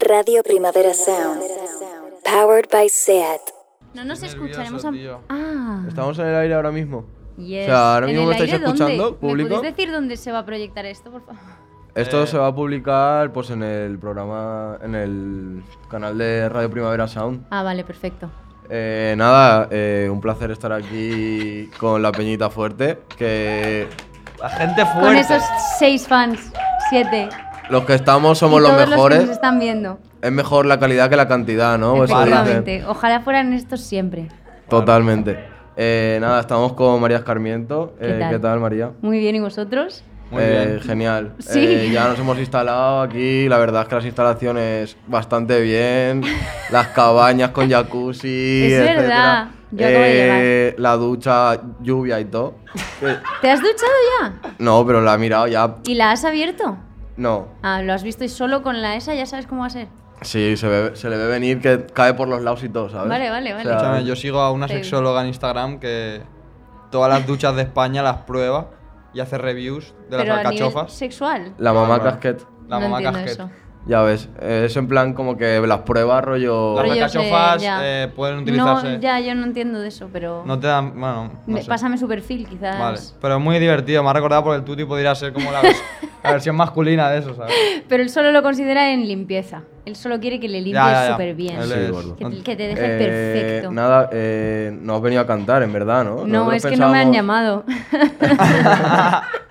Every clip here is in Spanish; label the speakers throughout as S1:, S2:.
S1: Radio Primavera Sound. Powered by SEAT.
S2: No nos
S3: Estoy
S2: escucharemos
S3: nervioso,
S2: a...
S3: tío.
S2: Ah.
S3: Estamos en el aire ahora mismo.
S2: Yes.
S3: O sea, ahora
S2: ¿En
S3: mismo
S2: el
S3: me estáis
S2: aire dónde?
S3: escuchando, público.
S2: ¿Me podéis decir dónde se va a proyectar esto, por favor?
S3: Esto
S4: Eh.
S3: se va a publicar pues en el programa, en el canal de Radio Primavera Sound.
S2: Ah, vale, perfecto.
S3: Eh, nada, eh, un placer estar aquí con la Peñita Fuerte. Que
S4: La gente fuerte.
S2: Con esos seis fans, siete.
S3: los que estamos somos
S2: y
S3: los
S2: todos
S3: mejores.
S2: Los que nos están viendo.
S3: Es mejor la calidad que la cantidad, ¿no? Pues,
S4: pues
S3: Eso dicen.
S2: Efectivamente. Ojalá fueran estos siempre.
S3: Totalmente. Eh, nada, estamos con María Escarmiento.
S2: ¿Qué
S3: Eh,
S2: tal?
S3: María?
S2: Muy bien, ¿y vosotros?
S4: Muy
S3: Eh,
S4: bien.
S3: Genial.
S2: Sí.
S3: Eh, ya nos hemos instalado aquí. La verdad es que las instalaciones bastante bien. Las cabañas con jacuzzi.
S2: Es
S3: etcétera.
S2: verdad. Yo acabo de
S3: Eh, La ducha, lluvia y todo. Eh,
S2: ¿Te has duchado ya?
S3: No, pero la he mirado ya.
S2: ¿Y la has abierto?
S3: No.
S2: Ah, lo has visto y solo con la esa ya sabes cómo va a ser.
S3: Sí, se, ve- se le ve venir que cae por los lados y todo, ¿sabes?
S2: Vale, vale, vale.
S4: Escúchame, yo sigo a una
S2: Sí.
S4: sexóloga en Instagram que todas las duchas de España las prueba y hace reviews de las
S2: Pero a nivel
S4: alcachofas.
S2: sexual.
S3: La mamá
S4: Bárbaro.
S3: casquet.
S4: La
S2: no
S4: mamá
S2: entiendo
S4: casquet.
S2: eso.
S3: Ya ves. eh, Es en plan como que las pruebas rollo.
S4: Las
S2: Rollo-
S4: alcachofas
S2: sé, ya.
S4: eh, pueden utilizarse.
S2: No, ya, yo no entiendo de eso, pero...
S4: No te dan. Bueno, no
S2: Me-
S4: sé.
S2: Pásame su perfil, quizás.
S4: Vale. Pero muy divertido. Me ha recordado por el tuti podría ser como la, vers- la versión masculina de eso, ¿sabes?
S2: Pero él solo lo considera en limpieza. Él solo quiere que le
S4: ya,
S2: limpies
S4: ya.
S2: súper bien.
S4: Él
S3: Sí,
S4: es-
S3: gordo.
S2: Que,
S4: no-
S2: te- que te deje
S3: Eh,
S2: perfecto.
S3: Nada, eh, no has venido a cantar, en verdad,
S2: no,
S3: ¿no? Nosotros
S2: es que no me han
S3: pensábamos-
S2: llamado.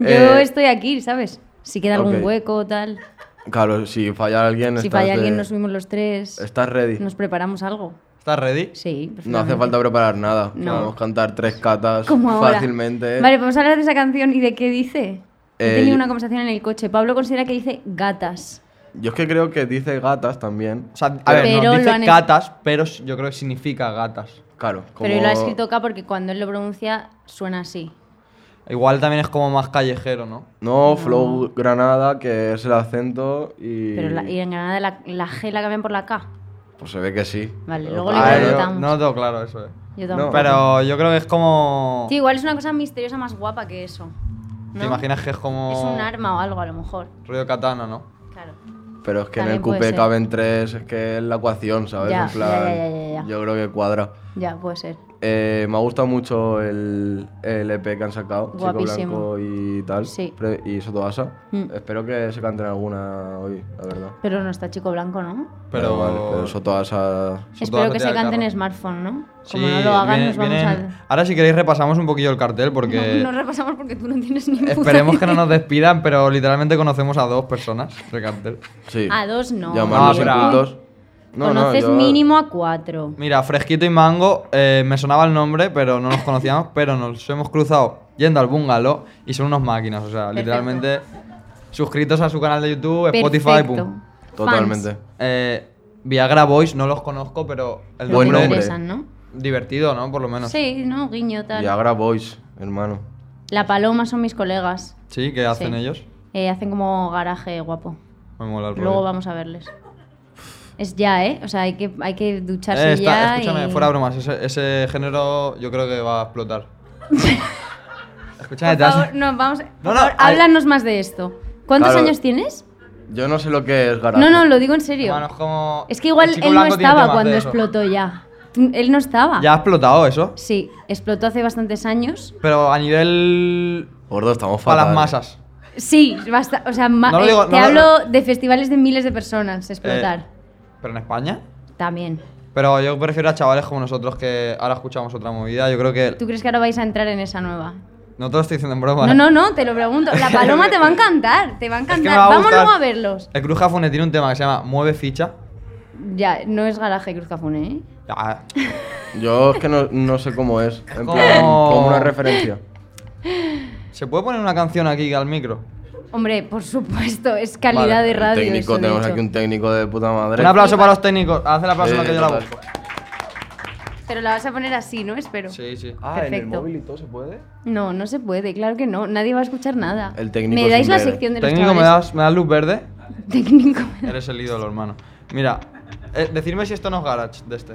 S2: Yo
S3: Eh,
S2: estoy aquí, ¿sabes? Si queda algún
S3: ok.
S2: hueco o tal.
S3: Claro, si falla alguien,
S2: Si
S3: estás
S2: falla
S3: de-
S2: alguien, nos subimos los tres.
S3: Estás ready.
S2: Nos preparamos algo.
S4: ¿Estás ready?
S2: Sí, pues
S3: No hace
S2: perfectamente.
S3: falta preparar nada.
S2: No.
S3: Podemos cantar tres catas
S2: Como ahora.
S3: fácilmente.
S2: Vale, pues vamos a hablar de esa canción y de qué dice.
S3: Eh,
S2: He tenido
S3: yo-
S2: una conversación en el coche. Pablo considera que dice gatas.
S3: Yo es que creo que dice gatas también.
S4: O sea, a ver,
S2: Pero
S4: nos
S2: lo
S4: dice
S2: han-
S4: gatas, pero yo creo que significa gatas.
S3: Claro, como...
S2: Pero él lo ha escrito acá porque cuando él lo pronuncia suena así.
S4: Igual también es como más callejero, ¿no?
S3: No, Flow Granada, que es el acento y...
S2: Pero la- y en Granada la, la G la cambian por la K.
S3: Pues se ve que sí.
S2: Vale,
S3: Pero
S2: luego le
S3: claro,
S4: A ver, yo-
S2: preguntamos.
S4: no lo tengo claro eso, eh.
S2: Yo
S3: No,
S2: tampoco.
S4: Pero yo creo que es como.
S2: Sí, igual es una cosa misteriosa más guapa que eso. ¿no?
S4: ¿Te imaginas que es como.
S2: Es un arma o algo, a lo mejor.
S4: Rollo katana, ¿no?
S2: Claro.
S3: Pero es que en
S2: También
S3: el
S2: puede
S3: cupé
S2: ser.
S3: caben tres, es que es la ecuación, ¿sabes?
S2: Ya,
S3: en plan,
S2: ya, ya, ya, ya, ya.
S3: yo creo que cuadra.
S2: Ya, puede ser.
S3: Eh, me ha gustado mucho el, el EP que han sacado,
S2: Guapísimo.
S3: Chico Blanco y tal,
S2: Sí.
S3: pre- y Soto Asa.
S2: Mm.
S3: Espero que se canten alguna hoy, la verdad.
S2: Pero no está chico blanco, ¿no?
S4: Pero.
S3: Da igual, pero Soto Asa...
S4: Son
S2: Espero
S4: todas
S2: que se
S4: del
S2: cante en
S4: carro.
S2: smartphone, ¿no?
S4: Sí,
S2: Como no lo hagan,
S4: vienen-
S2: nos vamos
S4: vienen- Ahora, si queréis, repasamos un poquillo el cartel porque.
S2: al. No, no repasamos porque tú no tienes ni puta
S4: Esperemos que no
S2: idea.
S4: nos despidan, pero literalmente conocemos a dos personas de cartel.
S3: Sí.
S2: A dos no.
S3: Llamarlos
S4: No, pero-
S3: incultos. No, no,
S2: Conoces
S3: yo-
S2: mínimo a cuatro.
S4: Mira, Fresquito y Mango, eh, me sonaba el nombre, pero no nos conocíamos, pero nos hemos cruzado yendo al bungalow y son unos máquinas, o sea, literalmente suscritos a su canal de YouTube, Spotify,
S2: Perfecto.
S4: pum.
S2: Fans.
S3: Totalmente.
S4: Eh, Viagra Boys, no los conozco, pero el
S2: No
S3: Buen
S2: te
S3: nombre.
S2: interesan, ¿no?
S4: Divertido, ¿no? Por lo menos.
S2: Sí, ¿no? Guiño, tal.
S3: Viagra Boys, hermano.
S2: La Paloma son mis colegas.
S4: Sí, ¿qué hacen
S2: Sí.
S4: ellos?
S2: Eh, hacen como garaje guapo.
S4: Me mola el rollo.
S2: Luego vamos a verles. Es ya, ¿eh? O sea, hay que, hay que ducharse
S4: Eh, está-
S2: ya.
S4: escúchame,
S2: y-
S4: fuera bromas, ese, ese género yo creo que va a explotar. escúchame,
S2: Por
S4: te vas a-
S2: favor, no, vamos. por
S4: no,
S2: favor,
S4: hay-
S2: háblanos más de esto. ¿Cuántos
S3: Claro.
S2: años tienes?
S3: Yo no sé lo que es garaje.
S2: No, no, lo digo en serio.
S4: Bueno, es como-
S2: es que igual
S4: el Chico
S2: él no
S4: Blanco tiene
S2: estaba
S4: temas
S2: cuando
S4: de eso.
S2: explotó ya. Tú- Él no estaba.
S4: Ya ha explotado eso.
S2: Sí, explotó hace bastantes años.
S4: Pero a nivel.
S3: Gordo, estamos
S4: Para
S3: fatal.
S4: las masas.
S2: Sí, basta, o sea, ma-
S4: No lo
S2: eh,
S4: digo-
S2: te
S4: no lo-
S2: hablo de festivales de miles de personas explotar.
S4: Eh, pero en España.
S2: También.
S4: Pero yo prefiero a chavales como nosotros que ahora escuchamos otra movida. Yo creo que.
S2: ¿Tú crees que ahora vais a entrar en esa nueva?
S4: No te lo estoy diciendo en broma.
S2: No,
S4: ¿eh?
S2: no, no, te lo pregunto. La paloma te va a encantar, te va a
S4: Es que
S2: encantar.
S4: me va a
S2: Vamos
S4: gustar.
S2: luego a verlos.
S4: El Cruz Jafune tiene un tema que se llama Mueve ficha.
S2: Ya, no es garaje Cruz Cafune, ¿eh?
S4: Ah,
S3: Yo es que no, no sé cómo es. En
S4: Como-
S3: plan, como una referencia.
S4: ¿Se puede poner una canción aquí al micro?
S2: Hombre, por supuesto, es calidad
S4: Vale,
S2: de
S3: El
S2: radio.
S3: técnico,
S2: eso, de
S3: tenemos
S2: hecho.
S3: aquí un técnico de puta madre.
S4: Un aplauso para los técnicos. Haz el aplauso
S3: Sí,
S4: en lo que yo la
S3: total.
S4: busco.
S2: Pero la vas a poner así, ¿no? Espero.
S4: Sí, sí.
S3: Ah, ¿en el
S2: Perfecto.
S3: móvil y todo se puede?
S2: No, no se puede, claro que no. Nadie va a escuchar nada.
S3: El técnico
S2: ¿Me dais
S3: sin
S2: la
S3: ver.
S2: sección de los
S4: Técnico, ¿me
S2: chavales?
S4: das, ¿me das luz verde?
S2: Técnico me das.
S4: Eres el ídolo, hermano. Mira, eh, decidme si esto no es garage de este.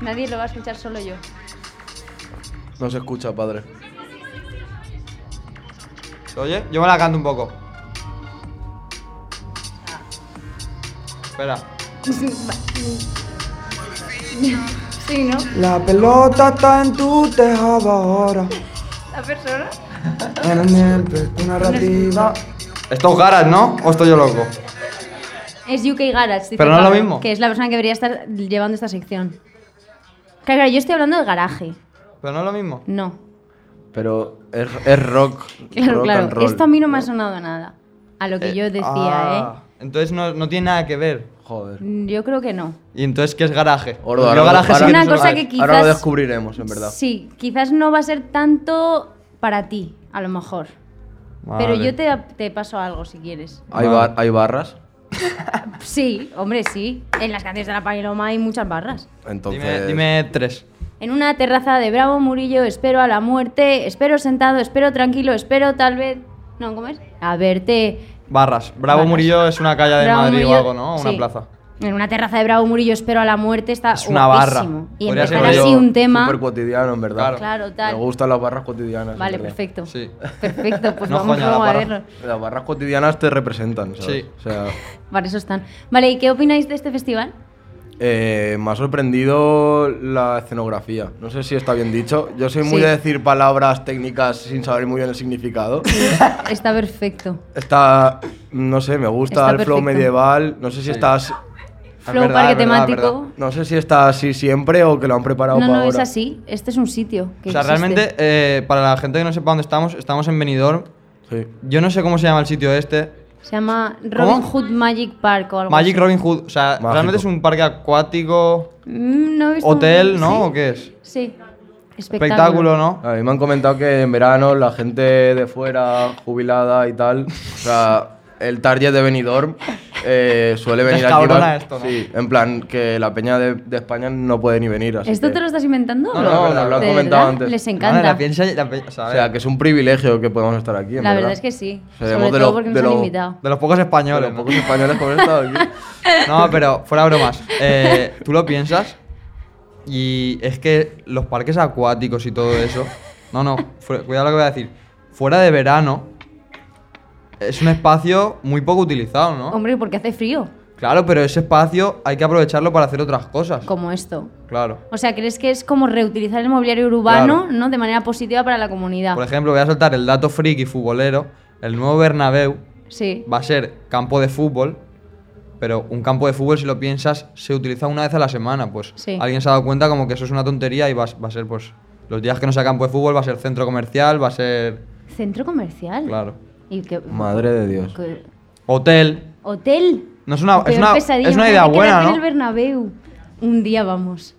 S2: Nadie lo va a escuchar, solo yo.
S3: No se escucha, padre.
S4: ¿Se oye? Yo me la canto un poco. Espera.
S2: Sí, ¿no?
S5: La pelota está en tu tejado ahora.
S2: La persona.
S5: En el nieve, tu narrativa.
S4: Esto es Garas, ¿no? ¿O estoy yo loco?
S2: Es UK Garage. dice
S4: Pero no es lo
S2: Pablo,
S4: mismo.
S2: Que es la persona que debería estar llevando esta sección. Claro, claro, yo estoy hablando del garaje.
S4: Pero no es lo mismo.
S2: No.
S3: Pero es, es rock.
S2: Claro,
S3: rock
S2: claro.
S3: and roll.
S2: Esto a mí no me ha sonado nada. A lo que
S4: Eh,
S2: yo decía,
S4: ah, Entonces no, no tiene nada que ver.
S3: Joder.
S2: ¿eh? Yo creo que no.
S4: ¿Y entonces qué es garaje?
S3: Gordo,
S4: Yo
S3: ahora-
S4: garaje sí
S3: ahora-
S4: que
S2: Una
S4: no sé
S2: cosa
S4: nada.
S2: que quizás.
S3: Ahora lo descubriremos, en verdad.
S2: Sí, quizás no va a ser tanto para ti, a lo mejor. Pero
S4: Vale.
S2: yo te, te paso algo si quieres.
S3: ¿Hay,
S4: Vale.
S3: bar- ¿Hay barras?
S2: Sí, hombre, sí. En las canciones de la Paloma hay muchas barras.
S3: Entonces.
S4: Dime, dime tres.
S2: En una terraza de Bravo Murillo espero a la muerte, espero sentado, espero tranquilo, espero tal vez. No, ¿cómo es? A verte.
S4: Barras. Bravo
S2: Barras.
S4: Murillo es una calle de
S2: Bravo
S4: Madrid
S2: Murillo-
S4: o algo, ¿no? Una
S2: sí.
S4: plaza.
S2: En una terraza de Bravo Murillo espero a la muerte está
S4: Es una barra.
S2: guapísimo. Y
S4: Podría
S2: empezar
S4: ser
S2: así
S4: yo,
S2: un tema.
S3: Súper cotidiano, en verdad.
S4: Claro.
S2: Claro, tal.
S3: Me gustan las barras cotidianas. en
S2: Vale,
S3: verdad.
S2: perfecto.
S4: Sí.
S2: Perfecto, pues
S4: No,
S2: vamos
S4: coño, la
S2: luego a
S4: barra.
S2: verlo.
S3: Las barras cotidianas te representan, ¿sabes?
S4: Sí.
S3: O sea,
S2: Vale, eso están. Vale, ¿y qué opináis de este festival?
S3: eh, me ha sorprendido la escenografía. No sé si está bien dicho. Yo soy muy
S2: Sí.
S3: de decir palabras técnicas sin saber muy bien el significado.
S2: Está perfecto.
S3: Está, no sé, me gusta
S2: Está
S3: el flow
S2: perfecto.
S3: medieval. No sé si estás,
S2: Flow
S4: verdad,
S2: parque
S4: es verdad, es
S2: temático.
S4: verdad.
S3: no sé si está así siempre o que lo han preparado
S2: No,
S3: para
S2: no es
S3: ahora.
S2: así. Este es un sitio. Que
S4: O sea,
S2: existe.
S4: realmente, eh, para la gente que no sepa dónde estamos, estamos en Benidorm.
S3: Sí.
S4: Yo no sé cómo se llama el sitio este.
S2: Se llama Robin
S4: ¿Cómo?
S2: Hood Magic Park o algo
S4: Magic
S2: así.
S4: Robin Hood. O sea,
S3: Mágico.
S4: realmente es un parque acuático,
S2: Mm, no he visto-
S4: hotel, ¿no?
S2: ¿Sí?
S4: ¿O qué es?
S2: Sí.
S4: Espectáculo, ¿no?
S3: A mí me han comentado que en verano la gente de fuera, jubilada y tal, o sea, el target de Benidorm eh, suele venir aquí.
S4: Descabrona
S3: ¿no?
S4: esto, ¿no?
S3: Sí, en plan que la peña de, de España no puede ni venir. Así
S2: ¿Esto
S3: que-
S2: te lo estás inventando?
S3: No, no, no, lo han
S2: ¿De
S3: comentado
S2: verdad?
S3: antes.
S2: Les
S4: Madre,
S2: encanta.
S4: la piensa y la pe- o sea,
S3: O
S4: a
S3: sea,
S4: ver,
S3: que es un privilegio que podamos estar aquí. en
S2: La
S3: verdad
S2: verdad es que sí.
S3: O sea,
S2: Sobre
S3: hemos de
S2: todo
S3: lo-
S2: porque
S3: de
S2: nos han
S3: lo-
S2: invitado.
S4: de los pocos
S3: Pero
S4: españoles. ¿no?
S3: pocos españoles como han estado aquí.
S4: No, pero fuera bromas. eh, tú lo piensas y es que los parques acuáticos y todo eso. No, no, fuera- cuidado lo que voy a decir. Fuera de verano es un espacio muy poco utilizado, ¿no?
S2: Hombre, porque hace frío,
S4: Claro, pero ese espacio hay que aprovecharlo para hacer otras cosas.
S2: como esto.
S4: Claro.
S2: O sea, ¿crees que es como reutilizar el mobiliario urbano,
S4: Claro.
S2: ¿no? De manera positiva para la comunidad.
S4: Por ejemplo, voy a soltar el dato friki futbolero. El nuevo Bernabéu
S2: sí.
S4: va a ser campo de fútbol, pero un campo de fútbol, si lo piensas, se utiliza una vez a la semana. Pues
S2: Sí.
S4: alguien se ha dado cuenta como que eso es una tontería y va, va a ser, pues, los días que no sea campo de fútbol va a ser centro comercial, va a ser,
S2: Centro comercial.
S4: claro,
S2: Y que,
S3: Madre de Dios.
S2: que-
S4: hotel.
S2: hotel.
S4: No es una,
S2: Peor
S4: es una,
S2: pesadilla,
S4: es una
S2: me
S4: idea
S2: tengo que
S4: buena,
S2: quedar en el
S4: ¿no?
S2: Bernabéu. Un día vamos.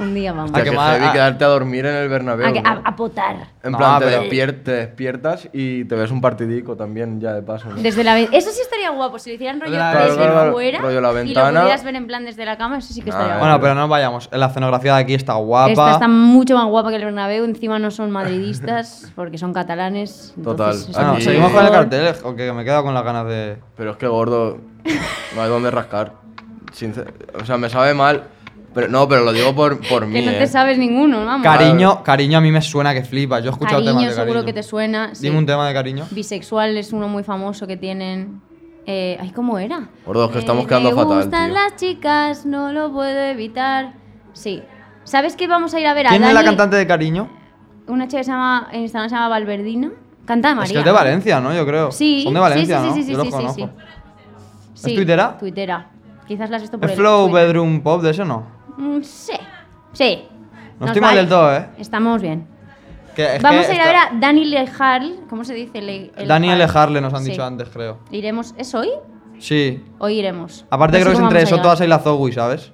S2: Un día vamos.
S3: Hostia,
S4: A
S3: que
S4: quemar-
S3: heavy
S4: a-
S3: quedarte a dormir en el Bernabéu.
S2: A, que-
S3: ¿no?
S2: a- a potar.
S3: En
S4: No,
S3: plan, te,
S4: pero-
S3: despier- te despiertas y te ves un partidico también, ya de paso. ¿no?
S2: Desde la ve- eso sí estaría guapo, si lo hicieran rollo
S4: Claro,
S2: desde
S4: claro,
S3: claro.
S2: fuera
S3: Rollo la
S2: y
S3: ventana.
S2: lo pudieras ver en plan desde la cama, eso sí que estaría
S3: Ah,
S2: guapo.
S4: Bueno, pero no vayamos. La escenografía de aquí está guapa.
S2: Esta está mucho más guapa que el Bernabéu, encima no son madridistas porque son catalanes. entonces
S3: Total,
S2: eso
S4: Ah,
S3: aquí-
S2: es
S4: Seguimos con el
S2: mejor.
S4: cartel, eh, que me he quedado con las ganas de...
S3: Pero es que gordo, no hay dónde rascar. Sincer- o sea, me sabe mal. Pero, no, pero lo digo por, por mí.
S2: Que no
S3: ¿eh?
S2: te sabes ninguno, vamos.
S4: Cariño, cariño a mí me suena que flipa. Yo he escuchado
S2: Cariño,
S4: temas de
S2: seguro
S4: cariño.
S2: que te suena. sí.
S4: Dime un tema de cariño.
S2: Bisexual es uno muy famoso que tienen. Eh, ay, ¿cómo era?
S3: Gordo, es que estamos
S2: me
S3: quedando fatal,
S2: gustan
S3: tío.
S2: las chicas, no lo puedo evitar. Sí. ¿Sabes que vamos a ir a ver a
S4: ¿Quién es la
S2: Dani?
S4: cantante de cariño?
S2: Una chica que se llama, en Instagram se llama Valverdina. Canta María.
S4: Es que es de Valencia, ¿no? Yo creo.
S2: Sí.
S4: Son de
S2: sí,
S4: Valencia,
S2: sí,
S4: ¿no?
S2: sí, sí,
S4: Yo los
S2: sí, sí,
S4: conozco.
S2: sí.
S4: ¿Es tuitera?
S2: Tuitera. Quizás la has visto por
S4: ¿Es
S2: el
S4: Flow
S2: Twitter.
S4: Bedroom Pop de eso no?
S2: Mm, Sí. Sí.
S4: No
S2: Nos
S4: estoy mal
S2: vale.
S4: del todo, ¿eh?
S2: Estamos bien.
S4: Que es
S2: Vamos
S4: que
S2: a ir
S4: está-
S2: ahora a Dani Lejarl. ¿Cómo se dice? Le- el
S4: Daniel
S2: Harl?
S4: Harle nos han
S2: Sí.
S4: dicho antes, creo.
S2: ¿Iremos? ¿Es hoy?
S4: Sí.
S2: Hoy iremos.
S4: Aparte
S2: No sé
S4: creo que se
S2: cómo
S4: entre
S2: vamos a
S4: eso todas
S2: llegar.
S4: ahí la Zoe, ¿sabes?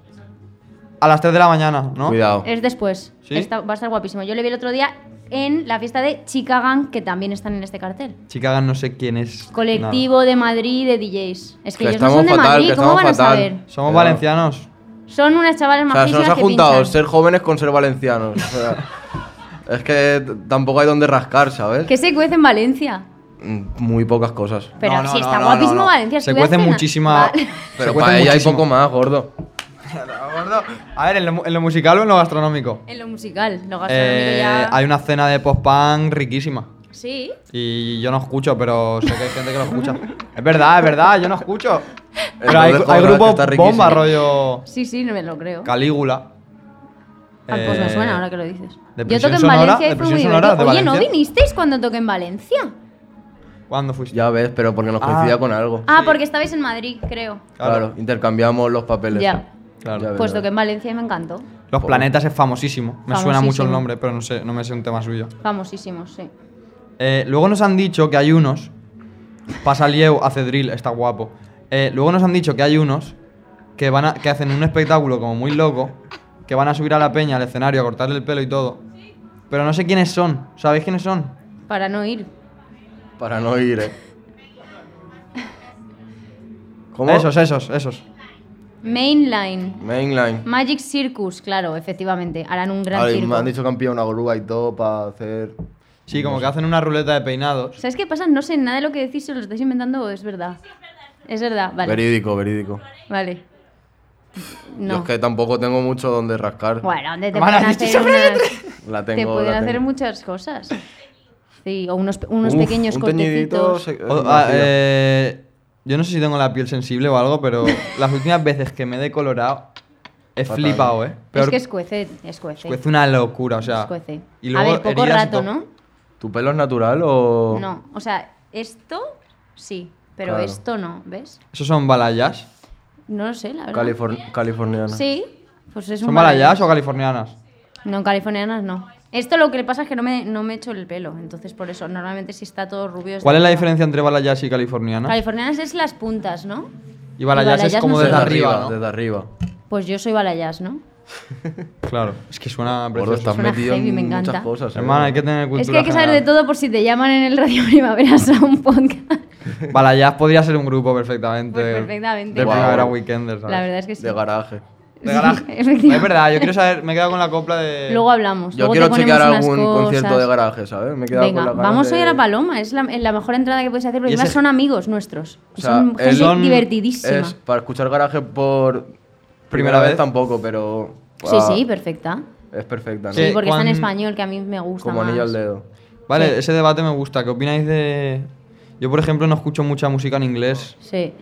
S4: A las 3 de la mañana, ¿no?
S3: Cuidado.
S2: Es después.
S4: ¿Sí?
S2: Está- va a estar guapísimo. Yo le vi el otro día en la fiesta de Chicagan, que también están en este cartel.
S4: Chicago no sé quién es.
S2: Colectivo de Madrid de DJs. Es que,
S3: Que
S2: ellos no
S3: estamos
S2: son de
S3: fatal,
S2: Madrid,
S3: que
S2: ¿cómo
S3: estamos
S2: van
S3: fatal.
S2: a saber?
S4: Nada. Somos
S3: Cuidado.
S4: valencianos.
S2: Son unas chavales
S3: O sea, se
S2: majísimas
S3: nos ha
S2: que
S3: juntado
S2: pinchan.
S3: ser jóvenes con ser valencianos. o sea, es que t- tampoco hay dónde rascar, ¿sabes?
S2: Que se cuece en Valencia.
S3: Mm, Muy pocas cosas.
S2: Pero
S4: No, no,
S2: si
S4: no,
S2: está
S4: no,
S2: guapísimo
S4: no, no.
S2: Valencia.
S4: Se
S2: estuve hace
S4: cuece
S2: na-
S4: muchísima.
S2: Vale.
S3: Pero
S4: se cuece
S3: para ella hay
S4: muchísimo.
S3: poco más, gordo.
S4: A ver, en lo, en lo musical o en lo gastronómico.
S2: En lo musical, lo gastronómico
S4: Eh,
S2: ya...
S4: Hay una cena de post-punk riquísima.
S2: Sí,
S4: Y yo no escucho, pero sé que hay gente que lo escucha. es verdad, es verdad, yo no escucho. Pero hay,
S3: Entonces,
S4: hay
S3: joder,
S4: grupos
S3: está riquísimo.
S4: bomba, rollo
S2: Sí, sí, no me lo creo.
S4: Calígula.
S2: Ah, pues me
S4: Eh,
S2: suena ahora que lo dices. Yo
S4: Depresión
S2: toqué en
S4: Sonora,
S2: Valencia y fue
S4: Depresión
S2: muy
S4: Sonora
S2: divertido.
S4: de
S2: Oye, ¿no
S4: Valencia.
S2: vinisteis cuando toqué en Valencia?
S4: ¿Cuándo fuiste?
S3: Ya ves, pero porque nos
S4: Ah.
S3: coincidía con algo.
S2: Ah, porque estabais en Madrid, creo.
S3: claro. intercambiamos los papeles.
S2: Ya.
S4: Claro.
S3: Ya ves,
S2: Pues
S3: ya
S2: toqué
S3: ves.
S2: en Valencia y me encantó.
S4: Los Planetas es famosísimo. Me suena mucho
S2: Famosísimo.
S4: el nombre, pero no sé, no me sé un tema suyo.
S2: Famosísimo, sí.
S4: Eh, luego nos han dicho que hay unos. Pasa Lieu, hace drill, está guapo. Eh, luego nos han dicho que hay unos que, van a- que hacen un espectáculo como muy loco, que van a subir a la peña al escenario a cortarle el pelo y todo. Pero no sé quiénes son. ¿Sabéis quiénes son?
S2: Para no ir.
S3: Para no ir, eh. ¿Cómo?
S4: Esos, esos, esos.
S2: Mainline.
S3: Mainline.
S2: Magic Circus, claro, efectivamente. Harán un gran
S3: Ay,
S2: circo.
S3: me han dicho que han pillado una grúa y todo para hacer.
S4: Sí, como que hacen una ruleta de peinados.
S2: ¿Sabes qué pasa? No sé nada de lo que decís, se lo estáis inventando o es verdad. Es verdad, vale.
S3: Verídico, verídico.
S2: Vale.
S3: Yo
S2: No.
S3: es que tampoco tengo mucho donde rascar.
S2: Bueno, ¿dónde te
S4: Me han
S2: pueden
S4: dicho
S2: hacer
S4: siempre
S2: unas-
S3: La
S2: Te
S3: tengo.
S2: pueden
S3: la
S2: hacer
S3: tengo.
S2: muchas cosas. Sí, o unos, unos
S3: Uf,
S2: pequeños
S3: un teñidito
S2: cortecitos.
S3: se- eh,
S4: O-
S3: vacío.
S4: ah, eh, yo no sé si tengo la piel sensible o algo, pero las últimas veces que me he decolorado he
S3: Fatal.
S4: flipado, ¿eh?
S2: Es
S4: Peor-
S2: que escuece, escuece.
S4: Escuece una locura, o sea.
S2: escuece.
S4: y luego
S2: A ver, poco
S4: heridas y
S2: rato,
S4: todo.
S2: ¿no?
S3: ¿Tu pelo es natural o.?
S2: No, o sea, esto sí, pero
S3: Claro.
S2: esto no, ¿ves?
S4: ¿Esos son balayas?
S2: No lo sé, la verdad.
S3: Californ- californiana.
S2: Sí, pues es un
S4: ¿Son
S2: balayage.
S4: balayas o californianas?
S2: No, californianas no. Esto lo que le pasa es que no me, no me echo el pelo, entonces por eso, normalmente si está todo rubio... de
S4: ¿Cuál es la
S2: arriba.
S4: diferencia entre balayas y californianas?
S2: Californianas es las puntas, ¿no?
S4: Y balayas es
S2: balayage
S4: como
S2: no
S4: desde
S2: son-
S4: arriba, ¿no?
S3: Desde arriba.
S2: Pues yo soy balayas, ¿no?
S4: Claro, es que suena
S3: Gordo,
S4: precioso.
S3: estás
S2: Suena
S3: metido
S2: heavy,
S3: en
S2: me
S3: muchas
S2: encanta.
S3: cosas. eh.
S4: Hermana, hay que tener cultura
S2: es que hay que saber de
S4: general.
S2: todo por si te llaman en el Radio Primavera Sound Podcast.
S4: Balayage podría ser un grupo perfectamente.
S2: Pues perfectamente.
S4: De
S3: Guau.
S4: primavera weekender, ¿sabes?
S2: La verdad es que sí. Pues
S3: De garaje.
S4: De garaje.
S2: efectivamente.
S4: es verdad, yo quiero saber, me he quedado con la copla de.
S2: Luego hablamos.
S3: Yo
S2: luego te
S3: quiero
S2: ponemos
S3: chequear
S2: unas
S3: algún concierto de
S2: cosas.
S3: garaje, ¿sabes? Me he quedado
S2: Venga,
S3: con la
S2: vamos
S3: a
S2: hoy a la Paloma, es la, la mejor entrada que puedes hacer porque
S4: Y ese-
S2: además son amigos nuestros.
S3: O sea,
S2: son gente
S3: él-
S4: Son-
S2: divertidísima.
S3: Es para escuchar garaje por primera,
S4: vez.
S3: vez. tampoco, pero.
S2: Sí,
S3: ah,
S2: sí, perfecta.
S3: Es perfecta, ¿no?
S2: Sí,
S4: Que
S2: porque está en
S4: cuan-
S2: español, que a mí me gusta
S3: Como anillo
S2: más.
S3: al dedo.
S4: Vale,
S2: Sí.
S4: ese debate me gusta. ¿Qué opináis de.? Yo, por ejemplo, no escucho mucha música en inglés
S2: Sí.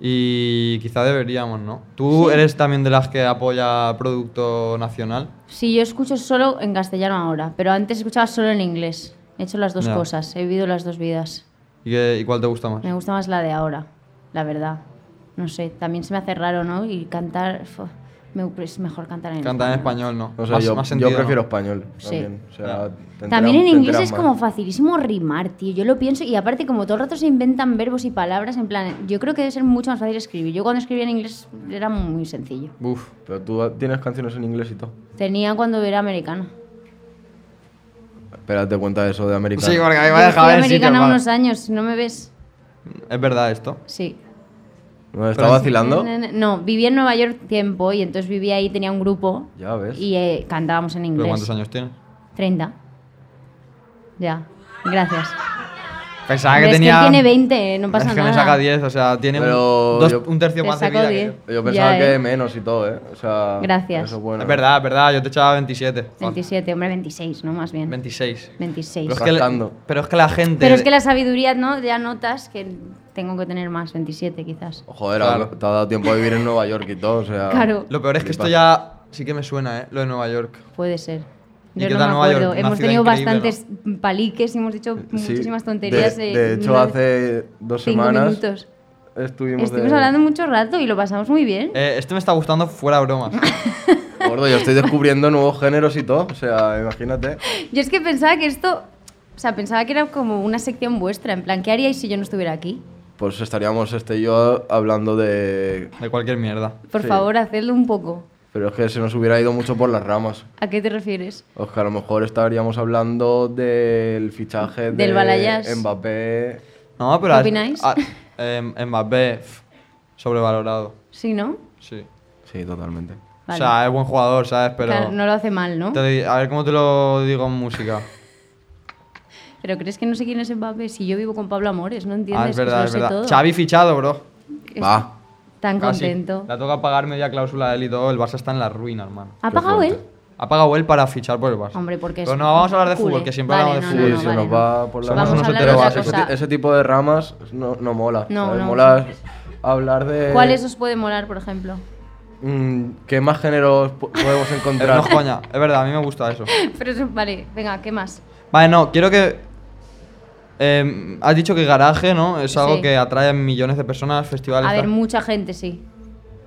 S4: y quizá deberíamos, ¿no? Tú eres también de las que apoya producto nacional.
S2: Sí, yo escucho solo en castellano ahora, pero antes escuchaba solo en inglés. He hecho las dos
S4: Ya.
S2: cosas, he vivido las dos vidas.
S4: ¿Y, qué- y cuál te gusta más?
S2: Me gusta más la de ahora, la verdad. No sé, también se me hace raro, ¿no? Y cantar... fu, me- es mejor cantar en
S4: Cantar en
S2: español.
S4: español, ¿no?
S3: No sé,
S4: Más-
S3: yo,
S4: más
S3: yo
S4: sentido, ¿no?
S3: prefiero español.
S2: Sí.
S3: También, o sea,
S4: Claro.
S3: te
S2: También en
S3: enteras- te
S2: inglés
S3: enteras
S2: es
S3: más.
S2: como facilísimo rimar, tío. Yo lo pienso y aparte como todo el rato se inventan verbos y palabras, en plan, yo creo que debe ser mucho más fácil escribir. Yo cuando escribía en inglés era muy sencillo.
S4: Buf.
S3: Pero tú tienes canciones en inglés y todo.
S2: Tenía cuando era americana.
S3: Espérate cuenta eso de americano.
S4: Sí, porque ahí
S2: Yo
S4: va a
S2: fui
S4: dejar el sitio,
S2: americana
S4: va.
S2: unos años, ¿no me ves?
S4: Es verdad esto.
S2: Sí.
S3: ¿No está vacilando?
S2: No, viví en Nueva York tiempo y entonces vivía ahí, tenía un grupo
S3: Ya ves.
S2: y eh, cantábamos en
S4: ¿Pero
S2: inglés.
S4: cuántos años tienes?
S2: 30. Ya, gracias.
S4: Pensaba
S2: Hombre,
S4: Ah, que
S2: es
S4: tenía.
S2: él tiene 20, no pasa
S4: es que
S2: nada.
S4: me saca 10, o sea, tiene un-
S3: Pero
S4: dos-
S3: yo-
S4: un tercio
S2: Te
S4: más de
S2: saco
S4: vida. que
S2: 10.
S4: yo.
S3: Yo pensaba
S2: Ya,
S3: que
S2: eh.
S3: menos y todo, ¿eh? O sea,
S2: Gracias.
S3: Eso es bueno.
S4: Es verdad, es verdad, yo te echaba 27.
S2: 27, hombre, 26, ¿no? Más bien.
S4: 26.
S2: 26.
S4: Pero es, que la,
S3: Rascando.
S4: pero es que la gente.
S2: Pero es que la sabiduría, ¿no? Ya notas que tengo que tener más, 27 quizás.
S3: Joder,
S4: Claro.
S3: te ha dado tiempo a vivir en Nueva York y todo, o sea.
S2: Claro,
S4: Lo peor es que esto ya sí que me suena, ¿eh? Lo de Nueva York.
S2: puede ser.
S4: ¿Y
S2: Yo
S4: qué
S2: no me
S4: tal Nueva York?
S2: acuerdo.
S4: Una
S2: Hemos
S4: ciudad
S2: tenido
S4: increíble,
S2: bastantes paliques y hemos dicho
S3: Sí,
S2: muchísimas tonterías.
S3: De,
S2: eh,
S3: de hecho,
S2: unos
S3: hace dos
S2: cinco
S3: semanas
S2: minutos.
S3: estuvimos,
S2: Estuvimos
S3: de-
S2: hablando mucho rato y lo pasamos muy bien.
S4: Eh, este me está gustando fuera bromas.
S3: Gordo, yo estoy descubriendo nuevos géneros y todo, o sea, imagínate.
S2: Yo es que pensaba que esto. O sea, pensaba que era como una sección vuestra. En plan, ¿qué haríais si yo no estuviera aquí?
S3: Pues estaríamos este y yo hablando de...
S4: De cualquier mierda.
S2: Por
S3: Sí.
S2: favor, hacedlo un poco.
S3: Pero es que se nos hubiera ido mucho por las ramas.
S2: ¿A qué te refieres?
S3: O que a lo mejor estaríamos hablando del fichaje
S2: Del
S3: de
S2: Balayage.
S3: Mbappé.
S4: No, pero.
S2: ¿Qué
S4: a-
S2: opináis?
S4: a- em, Mbappé, pf, sobrevalorado.
S2: ¿Sí, no?
S4: Sí.
S3: Sí, totalmente.
S2: Vale.
S4: O sea, es buen jugador, ¿sabes? Pero.
S2: Claro, no lo hace mal, ¿no?
S4: te di- a ver cómo te lo digo en música. Ah,
S2: Pero crees que no sé quién es Mbappé si yo vivo con Pablo Amores, no entiendes
S4: Ah, es verdad,
S2: que
S4: es
S2: se lo sé
S4: verdad.
S2: todo.
S4: Xavi fichado, bro.
S2: Es
S3: Va.
S2: Tan
S4: Casi.
S2: contento.
S4: Ah, La toca pagar media cláusula de él y todo. El Barça está en la ruina, hermano.
S2: ¿Ha
S3: Qué
S2: pagado él?
S3: fuerte.
S4: Ha pagado él para fichar por el Barça.
S2: Hombre, porque
S4: Pero
S2: es
S4: no vamos a hablar de
S2: culé.
S4: fútbol, que siempre
S2: Vale,
S4: hablamos de
S2: no,
S3: sí,
S4: fútbol.
S2: no,
S3: se
S2: vale,
S3: nos
S2: no.
S3: va por la
S4: Somos
S3: mano.
S4: unos Vamos a hablar de
S3: Pero
S4: otra
S3: ese,
S4: cosa.
S3: ti- ese tipo de ramas no, no mola.
S2: No,
S3: ¿sabes?
S2: no.
S3: Mola hablar de.
S2: ¿Cuáles os puede molar, por ejemplo?
S3: Mm, ¿Qué más géneros po- podemos
S4: Eh,
S3: encontrar?
S4: No, coña, es verdad, a mí me gusta eso.
S2: Pero eso- vale, venga, ¿qué más?
S4: Vale, no, quiero que. em, has dicho que garaje, ¿no? Es algo
S2: Sí.
S4: que atrae a millones de personas, festivales.
S2: A ver,
S4: tal.
S2: mucha gente, sí.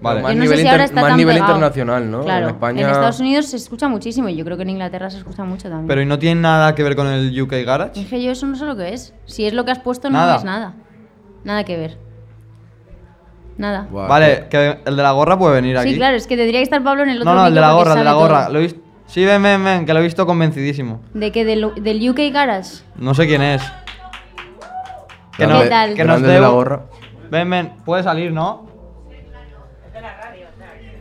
S4: vale.
S3: Más
S2: Yo no sé
S3: nivel
S2: si ahora
S3: inter-
S2: está
S3: más
S2: tan
S3: nivel
S2: pegado.
S3: internacional, ¿no?
S2: Claro.
S3: En España-
S2: Estados Unidos se escucha muchísimo y yo creo que en Inglaterra se escucha mucho también.
S4: Pero ¿y no tiene nada que ver con el UK Garage?
S2: Es que yo eso no sé lo que es. Si es lo que has puesto, no
S4: Nada.
S2: es nada. Nada que ver. Nada.
S3: Buah,
S4: Vale, que el de la gorra puede venir aquí.
S2: Sí, claro, es que tendría que estar Pablo en el otro
S4: No, no, el
S2: micro
S4: de la
S2: porque
S4: gorra, el
S2: sabe
S4: de la gorra.
S2: todo.
S4: Lo he visto- Sí, ven, ven, ven, que lo he visto convencidísimo.
S2: ¿De que ¿Del, del UK Garage?
S4: No sé quién es. Que,
S3: grande-
S4: no,
S2: ¿Qué tal?
S4: que nos
S3: grande de
S4: dé
S3: la
S4: un-
S3: gorra.
S4: Ven, ven, puede salir, ¿no?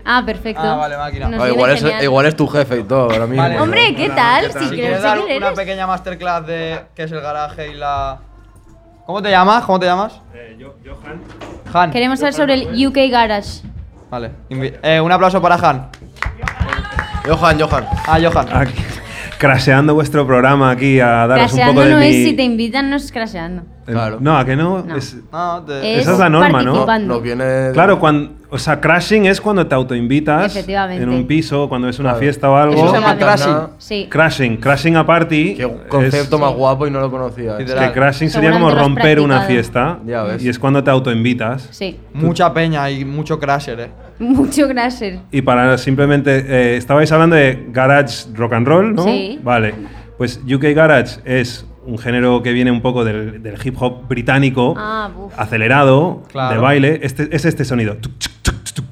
S2: Ah, perfecto.
S4: Ah, vale, máquina.
S2: Nos
S3: Ah,
S2: viene
S3: igual, es,
S2: genial.
S3: igual es tu jefe y todo ahora mismo.
S4: Vale.
S2: Hombre, ¿qué tal? Si
S4: Si
S2: creo
S4: quieres
S2: que
S4: dar
S2: eres.
S4: una pequeña masterclass de qué es el garaje y la. ¿Cómo te llamas? ¿Cómo te llamas? Eh, yo, Han. Han.
S2: Queremos saber sobre el UK Garage.
S4: Vale. invi- eh, un aplauso para Han.
S3: Johan, Johan.
S4: Ah, Johan.
S6: Aquí- Craseando vuestro programa aquí a daros un poco
S2: Craseando
S6: de
S2: no
S6: mi...
S2: es si te invitan, no es craseando.
S6: Eh,
S3: Claro.
S6: No, ¿a que no?
S2: No.
S6: Es-
S4: No, te-
S2: Es
S6: Esa es la norma, ¿no?
S2: participando.
S3: Nos viene. de-
S6: Claro, cuando, o sea, crashing es cuando te autoinvitas
S2: Efectivamente.
S6: en un piso, cuando es una
S3: Claro.
S6: fiesta o
S4: Eso
S6: algo.
S4: se llama
S3: No invitas nada.
S4: crashing.
S2: Sí.
S6: Crashing, crashing a party.
S3: Qué concepto
S6: es-
S3: más guapo y no lo conocía.
S4: Literal.
S6: es que crashing sería como
S2: Seguramente lo has
S6: romper una
S2: practicado.
S6: fiesta.
S3: Ya ves.
S6: Y es cuando te autoinvitas.
S2: Sí.
S4: Mucha peña y mucho crasher, eh.
S2: Mucho crasher.
S6: Y para simplemente, eh, estabais hablando de garage rock and roll, ¿no?
S2: Sí.
S6: Vale. Pues UK Garage es un género que viene un poco del, del hip hop británico,
S2: Ah, buf.
S6: acelerado,
S4: Claro.
S6: de baile. Este, es este sonido.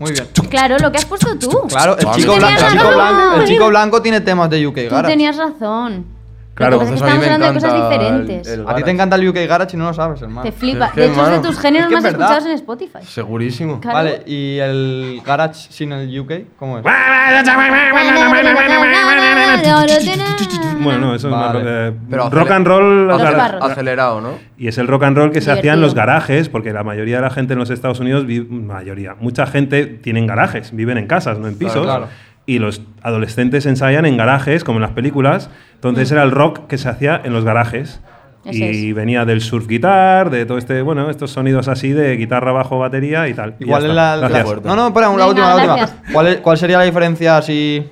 S4: Muy bien.
S2: Claro, lo que has puesto tú.
S4: Claro, el
S3: Tú
S4: chico,
S3: tenías
S4: blanco, el, chico
S3: razón.
S4: blanco, el chico blanco tiene temas de UK
S2: Tú
S4: Garage.
S2: tenías razón.
S6: Claro,
S2: Lo que pasa es
S3: Entonces
S2: que
S3: a mí
S2: estamos hablando
S3: me
S2: de cosas
S3: encanta el-
S2: diferentes.
S3: el
S4: A ti
S3: Garage.
S4: te encanta el UK Garage y no lo sabes, hermano.
S2: Te flipa.
S3: Es que,
S2: de hecho, es
S3: hermano,
S2: de tus géneros
S4: es que
S2: más
S4: es verdad.
S2: escuchados en Spotify.
S3: Segurísimo.
S2: Claro.
S4: Vale, ¿y el Garage sin el UK? ¿Cómo es?
S6: Bueno, no, eso
S4: Vale.
S6: es una- eh,
S3: Pero
S6: rock
S3: acele-
S6: and roll.
S2: Los
S6: gar-
S2: barros.
S3: Acelerado, ¿no?
S6: Y es el rock and roll que se hacía en
S2: Divertido.
S6: los garajes, porque la mayoría de la gente en los Estados Unidos, vi- mayoría, mucha gente tienen garajes, viven en casas, no en pisos.
S4: claro.
S6: Y los adolescentes ensayan en garajes, como en las películas. Entonces era el rock que se hacía en los garajes.
S2: Ese
S6: y venía del surf guitar, de todo este, bueno, estos sonidos así de guitarra, bajo, batería y tal. Y
S4: Igual
S6: ya
S4: es
S6: está.
S4: la,
S6: Gracias.
S4: la- No, no, espera, la
S2: Venga,
S4: última, la
S2: gracias.
S4: última. ¿Cuál, es- cuál sería la diferencia así,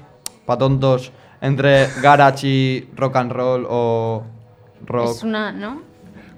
S4: pa' tontos, entre garage y rock and roll o rock?
S2: Es una, ¿no?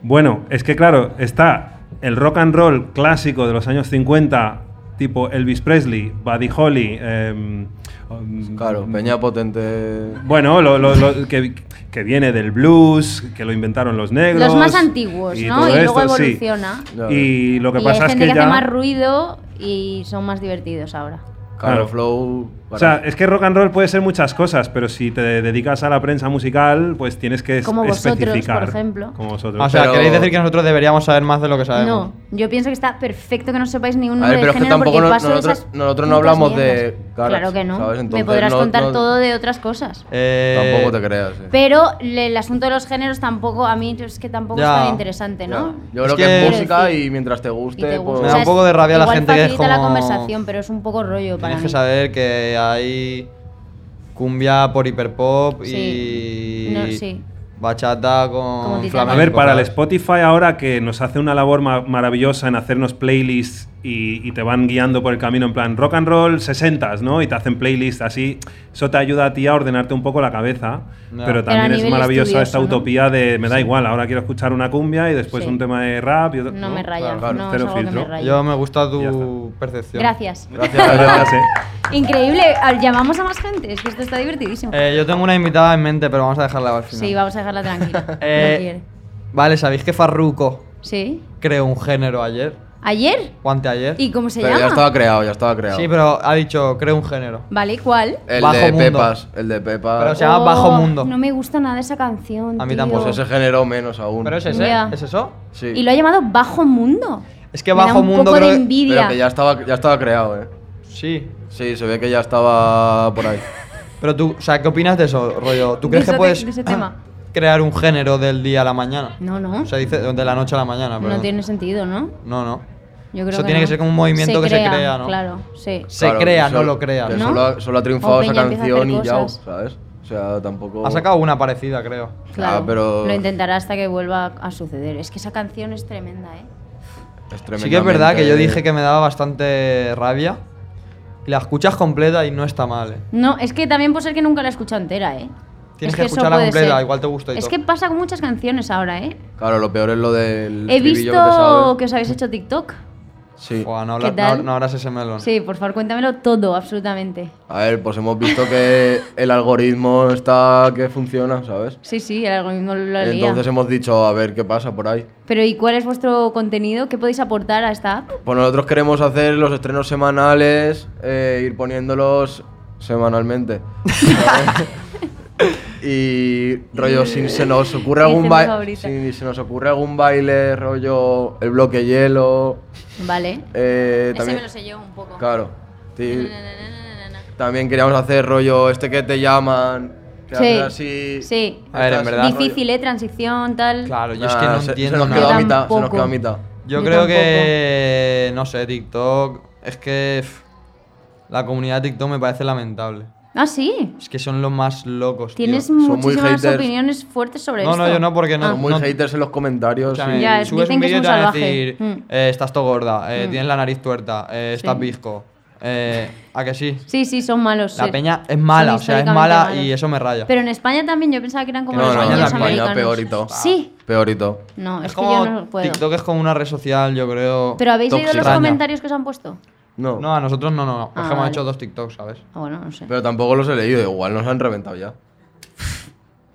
S6: Bueno, es que claro, está el rock and roll clásico de los años 50, tipo Elvis Presley, Buddy Holly. em, um,
S3: Claro, Peña Potente.
S6: Bueno, lo, lo- lo que, que viene del blues, que lo inventaron los negros.
S2: Los más antiguos, ¿no?
S6: todo
S2: Y luego
S6: esto, sí.
S2: evoluciona.
S3: Ya
S6: Y lo que
S2: y hay
S6: pasa es
S2: gente
S6: que
S2: que,
S6: ya.
S2: hace más ruido y son más divertidos ahora.
S3: Claro,
S6: Claro.
S3: Flow.
S6: o sea, es que rock and roll puede ser muchas cosas, pero si te dedicas a la prensa musical, pues tienes que es-
S2: Como vosotros, por
S6: especificar.
S2: ejemplo.
S6: Como vosotros.
S4: Ah, o sea,
S3: pero-
S4: ¿queréis decir que nosotros deberíamos saber más de lo que sabemos?
S2: No, yo pienso que está perfecto que no sepáis ningún
S3: A ver,
S2: nombre
S3: pero es
S2: de
S3: que
S2: género
S3: tampoco
S2: porque
S3: no-
S2: paso de
S3: nosotros-
S2: esas
S3: nosotros no
S2: putas
S3: hablamos de
S2: mierdas.
S3: garage,
S2: Claro que no.
S3: ¿sabes? Entonces,
S2: Me podrás
S3: no-
S2: contar
S3: no-
S2: todo de otras cosas.
S4: Eh,
S3: Tampoco te creas. eh.
S2: Pero le- el asunto de los géneros tampoco, a mí es que tampoco
S4: Ya.
S2: es tan interesante, ¿no?
S3: Ya. Yo
S4: Es
S3: creo que,
S4: que-
S3: es música y mientras te guste,
S2: Y te
S3: pues-
S2: gusta.
S4: Me da un
S2: es-
S4: poco de rabia la
S2: igual
S4: gente que es
S2: facilita la
S4: como-
S2: conversación, pero es un poco rollo para
S4: Tienes
S2: mí.
S4: que saber que hay cumbia por hiperpop
S2: Sí.
S4: y
S2: No, sí.
S4: bachata con
S2: Titanic.
S4: flamenco.
S6: A ver, para el
S4: ¿sabes?
S6: Spotify ahora que nos hace una labor ma- maravillosa en hacernos playlists y, y te van guiando por el camino en plan rock and roll 60, ¿no? Y te hacen playlists así, eso te ayuda a ti a ordenarte un poco la cabeza,
S4: Ya.
S6: pero
S2: Pero
S6: también
S2: a
S6: es
S2: nivel
S6: maravillosa esta
S2: estudioso, ¿no?
S6: utopía de me da igual, ahora quiero escuchar una cumbia y después
S2: Sí.
S6: un tema de rap y otro,
S2: No me raya,
S4: Claro,
S6: claro,
S2: no es
S6: cero
S2: algo que me
S6: filtro.
S2: raya.
S4: Yo me gusta
S6: Ya
S4: tu
S6: está.
S4: percepción.
S2: Gracias.
S3: Gracias.
S6: Gracias, eh.
S2: Increíble, llamamos a más gente, es que esto está divertidísimo.
S4: Eh, yo tengo una invitada en mente, pero vamos a dejarla al final.
S2: sí, vamos a dejarla tranquila.
S4: Eh,
S2: no quiere.
S4: Vale, ¿sabéis que Farruko
S2: ¿Sí?
S4: creó un género ayer?
S2: ¿Ayer?
S4: ¿O anteayer?
S2: ¿Y cómo se
S3: Pero
S2: llama?
S3: ya estaba creado, ya estaba creado.
S4: Sí, pero ha dicho, creo un género.
S2: Vale, ¿cuál?
S3: El
S4: Bajo
S3: de
S4: mundo.
S3: Pepas, el de Pepas.
S4: Pero se llama Bajo Mundo.
S2: Oh, No me gusta nada esa canción.
S4: A mí
S2: tío.
S4: tampoco.
S3: Pues ese género menos aún.
S4: ¿Pero es ese?
S2: Ya.
S4: ¿Es eso?
S3: Sí.
S2: Y lo ha llamado Bajo Mundo.
S4: Es que
S2: Me da
S4: Bajo
S2: un
S4: Mundo
S2: poco
S4: creo
S2: de
S4: que-
S2: envidia.
S3: Pero que ya estaba, ya estaba creado, eh.
S4: Sí.
S3: Sí, se ve que ya estaba por ahí.
S4: Pero tú, o sea, ¿qué opinas de eso, rollo? ¿Tú
S2: De
S4: crees
S2: ese
S4: que
S2: te-
S4: puedes ah,
S2: de ese tema.
S4: crear un género del día a la mañana?
S2: No, no.
S4: O sea, dice de la noche a la mañana, pero...
S2: no tiene sentido, ¿no?
S4: No, no.
S2: Yo creo
S4: Eso tiene que
S2: no.
S4: ser como un movimiento que se crea, ¿no?
S2: Claro, sí.
S4: Se
S3: Claro,
S4: crea,
S3: que
S4: no
S3: sol-
S4: lo crea.
S3: que
S2: ¿No?
S3: Solo ha, solo ha
S2: O
S3: triunfado esa
S2: Peña empieza a hacer
S3: canción y ya,
S2: cosas.
S3: ¿sabes? O sea, tampoco.
S4: Ha sacado una parecida, creo.
S2: Claro,
S3: pero-
S2: Lo intentará hasta que vuelva a suceder. Es que esa canción es tremenda, ¿eh?
S4: Sí que es verdad
S3: eh.
S4: que yo dije que me daba bastante rabia. Y la escuchas completa y no está mal. eh.
S2: No, es que también puede ser que nunca la he escuchado entera, ¿eh?
S4: Tienes
S2: Es
S4: que
S2: eso
S4: escucharla
S2: puede
S4: completa,
S2: ser.
S4: igual te gusta y
S2: Es
S4: todo.
S2: que pasa con muchas canciones ahora, ¿eh?
S3: Claro, lo peor es lo del.
S2: He
S3: estribillo que te
S2: visto
S3: sabes.
S2: que os habéis hecho TikTok.
S3: Sí.
S4: Buah, no,
S2: ¿Qué
S4: habla- no-
S2: tal?
S4: no abras ese melón.
S2: Sí, por favor, cuéntamelo todo, absolutamente.
S3: A ver, pues hemos visto que el algoritmo está que funciona, ¿sabes?
S2: Sí, sí, el algoritmo lo leía.
S3: Entonces em- hemos dicho, a ver qué pasa por ahí.
S2: Pero ¿y cuál es vuestro contenido? ¿Qué podéis aportar a esta app?
S3: Pues nosotros queremos hacer los estrenos semanales, eh, ir poniéndolos semanalmente. ¿sabes? y rollo, si se nos ocurre
S2: Mi
S3: algún
S2: escena
S3: baile.
S2: favorita.
S3: Si se nos ocurre algún baile, rollo, el bloque hielo.
S2: Vale.
S3: eh, también,
S2: sé yo un poco.
S3: Claro. sí. También queríamos hacer rollo este que te llaman. Que
S2: Sí,
S3: haces así.
S2: sí.
S4: A ver, en
S3: Estás-
S4: verdad,
S2: Difícil, ¿eh? Transición, tal.
S4: Claro, yo es
S3: Nah,
S4: que no
S3: se-
S4: entiendo
S3: se nos
S4: nada.
S3: quedó a
S2: Yo
S3: mitad, se nos
S2: tampoco.
S3: quedó a mitad.
S4: Yo,
S2: Yo
S4: creo que, no sé, TikTok, es que pf, la comunidad de TikTok me parece lamentable.
S2: Ah, sí.
S4: Es que son los más locos. tío.
S2: Tienes
S3: muy
S2: muchísimas
S3: haters.
S2: opiniones fuertes sobre
S4: No,
S2: esto. Ah.
S4: no, yo no, porque no-
S3: Son muy
S4: Ah, no-
S3: haters en los comentarios.
S4: Escúchame,
S3: y-
S2: Ya, es-
S4: subes
S2: dicen
S4: un
S2: que es
S4: vídeo y
S2: un
S4: te van a
S2: salvaje.
S4: decir,
S2: Mm.
S4: eh, estás todo gorda, eh,
S2: Mm.
S4: tienes la nariz tuerta, eh, estás bizco. eh, ¿A que sí?
S2: Sí, sí, son malos.
S4: La
S2: sí.
S4: peña es mala,
S2: Son
S4: o sea, es
S2: históricamente
S4: mala
S2: malos.
S4: y eso me raya.
S2: Pero en España también yo pensaba que eran como
S4: No,
S2: los
S4: no,
S2: niños
S4: en España
S2: americanos.
S3: peor y todo.
S2: Sí.
S3: Peor y todo.
S2: No, es,
S4: es
S2: que yo
S4: como
S2: no puedo.
S4: TikTok es como una red social, yo creo.
S2: Pero habéis leído los
S3: Tóxica.
S2: comentarios que os han puesto.
S3: No.
S4: No, a nosotros no, no, no.
S2: Ah,
S4: es que hemos
S2: vale.
S4: hecho dos TikToks, ¿sabes?
S2: Ah, bueno, no sé.
S3: Pero tampoco los he leído, igual nos han reventado ya.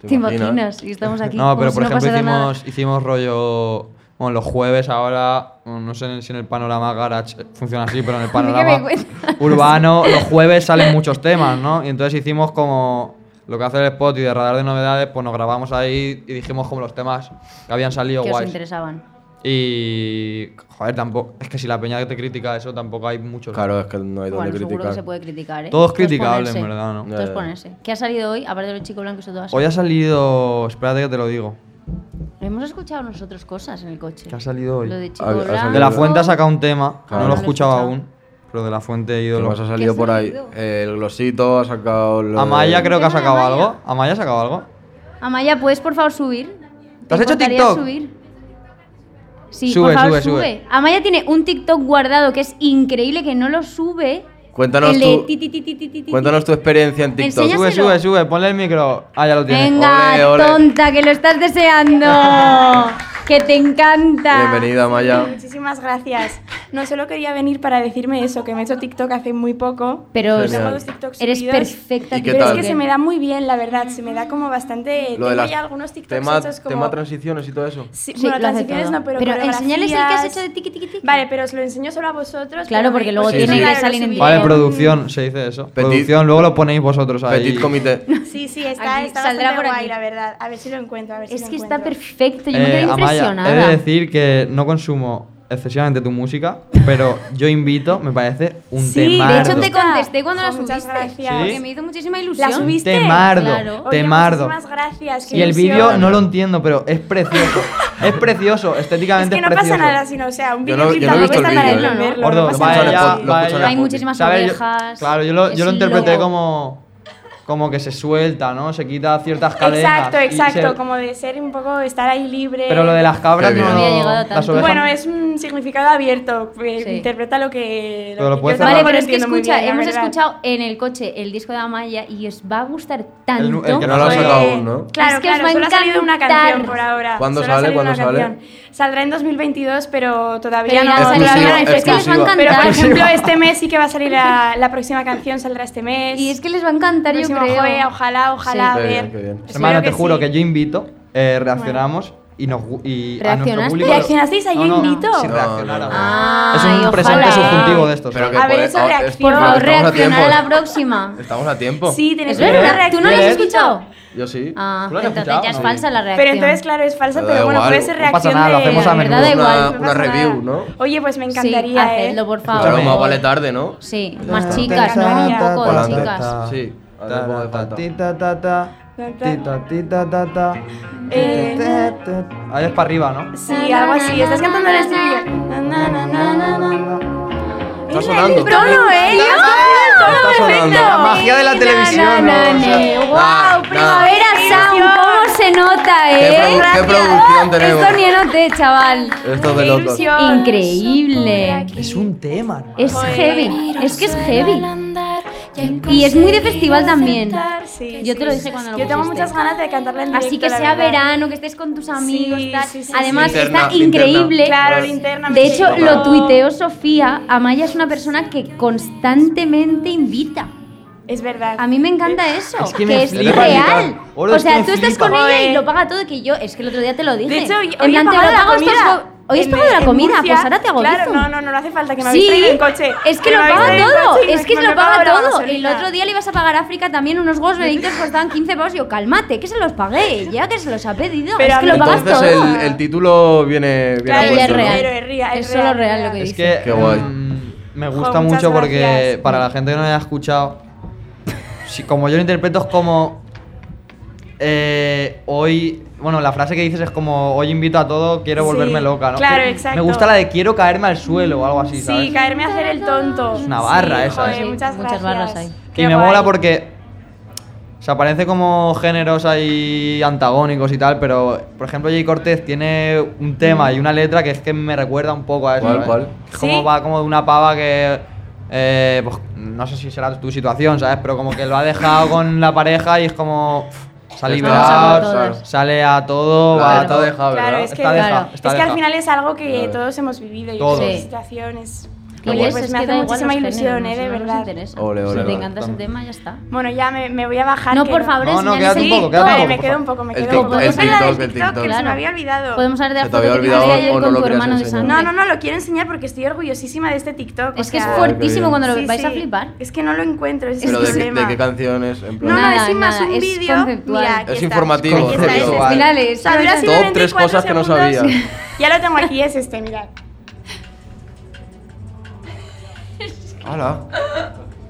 S2: ¿Te imaginas? Y estamos aquí.
S4: No,
S2: como
S4: pero
S2: si
S4: por ejemplo
S2: pasara nada.
S4: hicimos, hicimos rollo. Bueno, los jueves ahora, bueno, no sé si en el panorama garage funciona así, pero en el
S2: me
S4: panorama
S2: cuentas?
S4: urbano, los jueves salen muchos temas, ¿no? Y entonces hicimos como lo que hace el spot y de radar de novedades, pues nos grabamos ahí y dijimos como los temas que habían salido
S2: que os
S4: guays.
S2: interesaban.
S4: Y. Joder, tampoco. Es que si la peña que te critica eso, tampoco hay muchos.
S3: Claro, es que no hay
S2: Bueno,
S3: donde
S2: seguro que se
S3: criticar.
S2: puede criticar, ¿eh?
S4: Todo es
S2: Todos
S4: criticable,
S2: ponerse.
S4: en verdad, ¿no?
S3: Ya,
S2: Todos
S3: ya.
S2: ponerse. ¿Qué ha salido hoy? Aparte de los chicos blancos y todo
S4: Hoy ha salido. Espérate que te lo digo.
S2: Hemos escuchado nosotros cosas en el coche.
S4: ¿Qué ha salido hoy?
S2: Lo de chico
S3: Ha- ha
S2: blanco.
S3: salido.
S4: De la Fuente ha sacado un tema,
S3: Claro.
S4: no
S3: No
S4: lo
S3: lo
S4: he
S3: he
S4: escuchado
S2: escuchado.
S4: aún, pero de la Fuente
S3: ¿Qué
S4: ídolo.
S3: más ha salido por ahí? Eh, el glosito ha sacado. Lo
S4: Amaya
S3: de-
S4: creo que ha
S2: tema de
S4: sacado
S2: Amaya?
S4: algo. Amaya ha sacado algo.
S2: Amaya, ¿puedes por favor subir?
S4: ¿Te has hecho
S2: importaría
S4: TikTok?
S2: subir? Sí, por
S4: Sube,
S2: favor,
S4: sube, sube.
S2: Amaya tiene un TikTok guardado que es increíble que no lo sube.
S3: Cuéntanos
S2: el de
S3: tú-
S2: ti, ti, ti, ti, ti, ti, ti.
S3: Cuéntanos tu experiencia en TikTok.
S2: Enseña-
S4: Sube,
S2: Enséñaselo.
S4: sube, sube, ponle el micro. Ah, ya lo tienes.
S2: Venga,
S3: Ole, ole.
S2: tonta, que lo estás deseando. que te encanta.
S3: Bienvenida, Amaya.
S7: Muchísimas gracias. No solo quería venir para decirme eso, que me he hecho TikTok hace muy poco.
S2: Pero
S3: Genial.
S7: Tengo dos TikToks
S2: eres
S7: subidos,
S2: perfecta.
S3: ¿Y qué
S7: Pero es
S3: tal?
S7: que se me da muy bien, la verdad. Se me da como bastante.
S3: Lo de
S7: tengo
S3: las.
S7: ya algunos TikToks
S3: tema,
S7: hechos como.
S3: tema transiciones y todo eso.
S2: Sí,
S7: Sí, bueno,
S2: lo hace
S7: transiciones
S2: todo.
S7: no, pero.
S2: Pero enseñales el que has
S7: coreografías.
S2: hecho de tiqui, tiqui, tiqui.
S7: Vale, pues pero os lo enseño solo a vosotros.
S2: Claro,
S7: pero
S2: porque
S7: me-
S2: luego
S7: os
S3: tiene
S7: enseño,
S3: que
S7: claro,
S2: salir
S7: lo
S2: en
S7: subiré.
S4: Vale,
S2: Bien.
S4: producción, se dice eso.
S3: Petit-
S4: producción, luego lo ponéis vosotros ahí.
S3: Petit comité.
S7: Sí, sí, está,
S2: Aquí,
S7: está
S2: saldrá
S7: bastante
S2: por aquí.
S7: guay, la verdad. A ver si lo encuentro. A ver si
S2: Es
S7: lo
S2: que está
S7: encuentro.
S2: perfecto. Yo me
S4: Eh,
S2: quedé
S4: Amaya,
S2: impresionada.
S4: he de decir que no consumo excesivamente tu música, pero yo invito, me parece un
S2: Sí, de hecho
S4: temardo.
S2: te contesté cuando la
S7: Jo, muchas
S2: subiste.
S7: gracias.
S4: ¿Sí?
S2: Porque me hizo muchísima ilusión.
S7: ¿La subiste?
S4: Temardo,
S2: Claro.
S7: Oye,
S4: temardo.
S7: muchísimas gracias. qué
S4: Y el
S7: ilusión.
S4: vídeo no lo entiendo, pero es precioso. es precioso,
S7: Es
S4: estéticamente
S7: que
S4: es
S7: no
S4: precioso.
S7: pasa nada, sino, o sea, un
S3: Yo
S7: vídeo
S3: no- yo no he visto el
S7: para
S3: vídeo, ¿eh?
S7: entenderlo,
S4: Gordo,
S7: no pasa
S4: va
S3: vaya,
S7: nada.
S4: ella,
S3: Lo escucho en
S4: va
S3: el
S4: ella.
S3: podcast.
S2: Hay muchísimas
S4: A ver, yo-
S2: ovejas.
S4: claro, yo lo, yo
S2: es
S4: lo interpreté
S2: loco.
S4: como, como que se suelta, ¿no? Se quita ciertas cadenas.
S7: Exacto,
S4: y se-
S7: exacto, como de ser un poco, estar ahí libre.
S4: Pero lo de las cabras
S3: Qué
S4: no,
S3: bien.
S2: No había llegado
S4: las
S2: tanto.
S4: ovejas-
S7: Bueno, es un significado abierto, eh,
S2: Sí.
S7: interpreta lo que...
S4: Pero lo
S7: que-
S4: puedes
S7: yo
S2: Vale,
S7: tampoco
S2: pero
S7: lo
S2: es que
S7: entiendo muy
S2: escucha,
S7: bien, la
S2: hemos
S7: verdad.
S2: escuchado en el coche el disco de Amaya y os va a gustar
S4: El- el
S2: tanto.
S4: que
S3: no lo ha
S7: Joder.
S3: sacado aún, ¿no?
S7: Claro,
S2: Es que os
S7: claro,
S2: va a
S7: solo ha salido una
S2: encantar.
S7: canción por ahora.
S3: ¿Cuándo
S7: Solo ha
S3: sale?
S7: salido
S3: ¿Cuándo
S7: una
S3: sale?
S7: canción. Saldrá en 2022, pero todavía
S2: Pero ya
S7: no...
S2: ha salido
S7: todavía no
S3: Exclusiva,
S7: hay
S2: es que
S7: fecha.
S2: les va a
S3: exclusiva.
S7: Pero, por
S2: encantar.
S7: ejemplo, este mes sí que va a salir la, la próxima canción, saldrá este mes.
S2: Y es que les va a encantar, yo
S7: Próximo
S2: creo.
S7: jueves, ojalá, ojalá,
S3: Sí.
S7: a
S3: Qué
S7: ver.
S3: bien, qué bien.
S7: Espero
S4: Hermano, te
S7: sí.
S4: juro que yo invito, eh, reaccionamos y, nos, gu- y a nuestro
S2: ¿Reaccionaste?
S4: público.
S7: ¿Reaccionasteis a Yo Invito?
S4: Si
S7: No,
S3: no,
S4: reaccionara.
S3: no.
S4: Es un
S2: Ay,
S4: presente
S2: ojalá.
S4: subjuntivo de estos.
S3: Pero que
S7: A ver
S3: puede-
S7: esa
S3: ah, es-
S7: reacción.
S2: Por
S3: pero
S2: favor,
S3: estamos a
S2: reaccionar a
S3: tiempo.
S2: la próxima.
S3: Estamos a tiempo.
S7: Sí,
S2: Es
S7: tenés
S2: verdad,
S7: que
S2: ¿tú no lo has
S4: ¿Ves?
S2: escuchado?
S3: Yo sí.
S2: Ah,
S4: ¿Tú lo has
S2: entonces
S4: escuchado?
S2: ya es
S4: No.
S2: falsa la
S7: Pero
S2: reacción.
S7: entonces, claro, es falsa,
S3: Pero
S7: pero
S3: da
S7: bueno,
S3: igual,
S7: puede ser
S3: no
S4: pasa
S7: reacción
S4: nada, lo
S7: de-
S4: hacemos a
S2: La verdad,
S4: menudo.
S2: da
S3: Una,
S2: igual.
S7: No
S3: una
S7: pasa nada.
S3: review, ¿no?
S7: Oye, pues me
S2: Sí,
S7: encantaría, ¿eh?
S2: hacedlo, por favor.
S3: Claro, más vale tarde, ¿no?
S2: Sí, más chicas, ¿no?
S7: Encantaría.
S2: Un poco de
S3: Volante.
S2: chicas.
S3: Sí, hace un poco de falta.
S7: Eh,
S4: Ahí es para arriba, ¿no?
S7: Sí, algo así. Estás cantando en el estribillo. Na, na, na, na, na, na.
S3: Está
S7: Mira, el
S3: sonando.
S7: tono, ¿eh? Yo
S3: Está sonando.
S4: magia de la televisión.
S2: Na, na, na,
S3: Na,
S2: ¡Wow!
S3: na.
S2: ¡Primavera Sound! ¿Cómo se se nota,
S3: ¿Qué,
S2: eh?
S3: produ- qué producción tenemos?
S2: Esto ni en OT, chaval.
S3: Esto de
S7: Qué
S3: locos.
S7: ilusión.
S2: Increíble.
S4: Es un tema, hermano.
S2: Es heavy. Es que es heavy. Y es muy de festival también.
S7: Sí,
S2: Yo te
S7: sí.
S2: lo dije cuando lo
S7: Yo tengo
S2: pusiste.
S7: muchas ganas de cantarla en
S2: Así
S7: directo,
S2: que
S7: la
S2: sea
S7: verdad.
S2: verano, que estés con tus amigos,
S7: Sí,
S2: tal.
S7: sí, sí,
S2: Además,
S3: sí. Linterna,
S2: está
S3: linterna.
S2: increíble.
S7: Claro, linterna.
S2: De hecho,
S7: Miguelito.
S2: lo tuiteó Sofía. Amaya es una persona que constantemente invita.
S7: Es verdad.
S2: A mí me encanta eso,
S4: Es que
S2: que,
S4: me
S2: es
S4: flipa.
S2: real.
S4: Oro,
S2: o
S4: es que
S2: sea,
S4: me
S2: tú estás
S4: flipa.
S2: con ella y
S7: Joder.
S2: lo paga todo que yo, es que el otro día te lo dije.
S7: De hecho, hoy,
S2: en
S7: hoy he
S2: plan, te
S7: pagado
S2: lo
S7: la
S2: pago, esto es
S7: comida.
S2: go- hoy has
S7: En-
S2: pagado la
S7: en
S2: comida,
S7: Murcia.
S2: pues ahora te hago
S7: Claro,
S2: bizum.
S7: no, no, no, no hace falta que me habéis
S2: Sí,
S7: traído en coche.
S2: es que
S7: Me
S2: lo
S7: habéis
S2: paga
S7: traído en
S2: todo,
S7: coche y
S2: es que
S7: me
S2: lo paga
S7: pago la
S2: todo. El
S7: gasolina.
S2: otro día le ibas a pagar a África también unos huevos benedictos que costaban 15 pavos, yo, cálmate, que se los pagué, ya que se los ha pedido,
S7: Pero
S2: es
S7: a
S2: que
S7: mí-
S2: lo pagas
S3: Entonces
S2: todo.
S3: el, el título viene, viene
S7: Claro,
S3: a
S2: Ella es
S3: cuento, ¿no?
S2: real,
S7: Pero es real,
S2: es
S7: es
S2: solo
S7: real,
S2: real lo que
S7: es
S4: Es
S2: dice.
S4: que
S3: Qué guay.
S4: mm, me
S7: Jo,
S4: gusta
S7: muchas
S4: mucho porque
S7: gracias.
S4: para la gente que no lo haya escuchado, si- como yo lo interpreto es como eh, hoy, bueno, la frase que dices es como hoy invito a todo, quiero
S7: Sí,
S4: volverme loca, ¿no?
S7: claro,
S4: Que
S7: exacto.
S4: Me gusta la de quiero caerme al suelo o algo así,
S7: Sí,
S4: ¿sabes?
S7: caerme a hacer el tonto.
S4: Es una barra
S7: Sí,
S4: esa,
S7: joder,
S4: ¿eh?
S2: Sí,
S7: muchas,
S2: muchas
S7: gracias.
S2: barras hay.
S7: Qué
S4: y me
S7: guay.
S4: mola porque se aparece como géneros ahí antagónicos y tal, pero por ejemplo Jay Cortez tiene un tema y una letra que es que me recuerda un poco a eso.
S3: ¿Cuál,
S4: ¿eh?
S3: cuál?
S4: Es como
S7: ¿Sí?
S4: va como de una pava que eh, pues, no sé si será tu situación, ¿sabes? Pero como que lo ha dejado con la pareja y es como pff, se
S3: Está
S4: ha
S2: Vamos
S4: liberado,
S2: a por todas.
S4: sale a todo,
S3: Claro,
S4: va a
S3: está
S4: todo.
S3: dejado,
S7: Claro,
S3: ¿verdad?
S7: es que,
S4: Está
S2: claro.
S4: dejado,
S7: es
S4: está
S7: que al
S4: dejado.
S7: final es algo que
S3: Claro.
S7: todas hemos vivido y
S4: Todos.
S7: esas
S2: Sí.
S7: situaciones.
S2: Y
S7: Oye,
S2: es,
S7: pues
S2: es
S7: me
S2: que
S7: hace
S2: da igual
S7: muchísima
S2: los géneros,
S7: ilusión, eh,
S2: si
S7: de
S2: no nos
S7: verdad.
S2: interesa.
S3: Ole, ole,
S2: si te
S3: ole.
S2: encanta ese tema, ya está.
S7: Bueno, ya me, me voy a bajar.
S2: No,
S7: que
S2: por favor,
S4: No, no,
S2: enséñanos
S4: quédate un
S2: el
S4: poco, quédate
S2: TikTok.
S4: un
S7: Vale,
S4: poco,
S7: me
S4: por
S7: quedo
S4: favor.
S7: un poco, me
S3: El
S7: quedo un poco.
S2: TikTok,
S7: Es verdad,
S3: el
S7: el
S3: TikTok,
S7: TikTok, que se
S2: claro.
S7: me había olvidado.
S2: Podemos hablar de la
S3: Se te
S2: foto que
S3: había
S2: tuviste
S3: olvidado
S2: ayer
S3: o no
S2: con
S3: lo
S2: tu
S3: querías
S2: hermano de
S3: enseñar.
S2: Sandra.
S7: No, no, no, lo quiero enseñar porque estoy orgullosísima de este TikTok. o
S2: Es que es
S3: Ah,
S7: sea,
S2: fuertísimo
S3: bien.
S2: cuando lo
S7: sí,
S2: vais a
S7: sí.
S2: flipar.
S7: Es que no lo encuentro, ese es
S3: Pero
S7: el
S3: de, qué-
S7: problema.
S3: de qué canciones, en
S7: No,
S3: plan.
S7: no,
S2: Nada,
S7: es más
S2: nada,
S7: un
S2: es
S7: vídeo.
S2: conceptual.
S7: Mira, aquí
S3: Es
S7: está.
S3: informativo,
S7: Aquí está,
S4: es
S7: este.
S4: conceptual.
S2: Mirad, es-
S7: O sea, dura solo
S3: Top tres
S7: 24
S3: cosas que no
S7: segundos.
S3: sabía.
S7: Ya lo tengo aquí, es este, mirad.
S3: ¡Hala!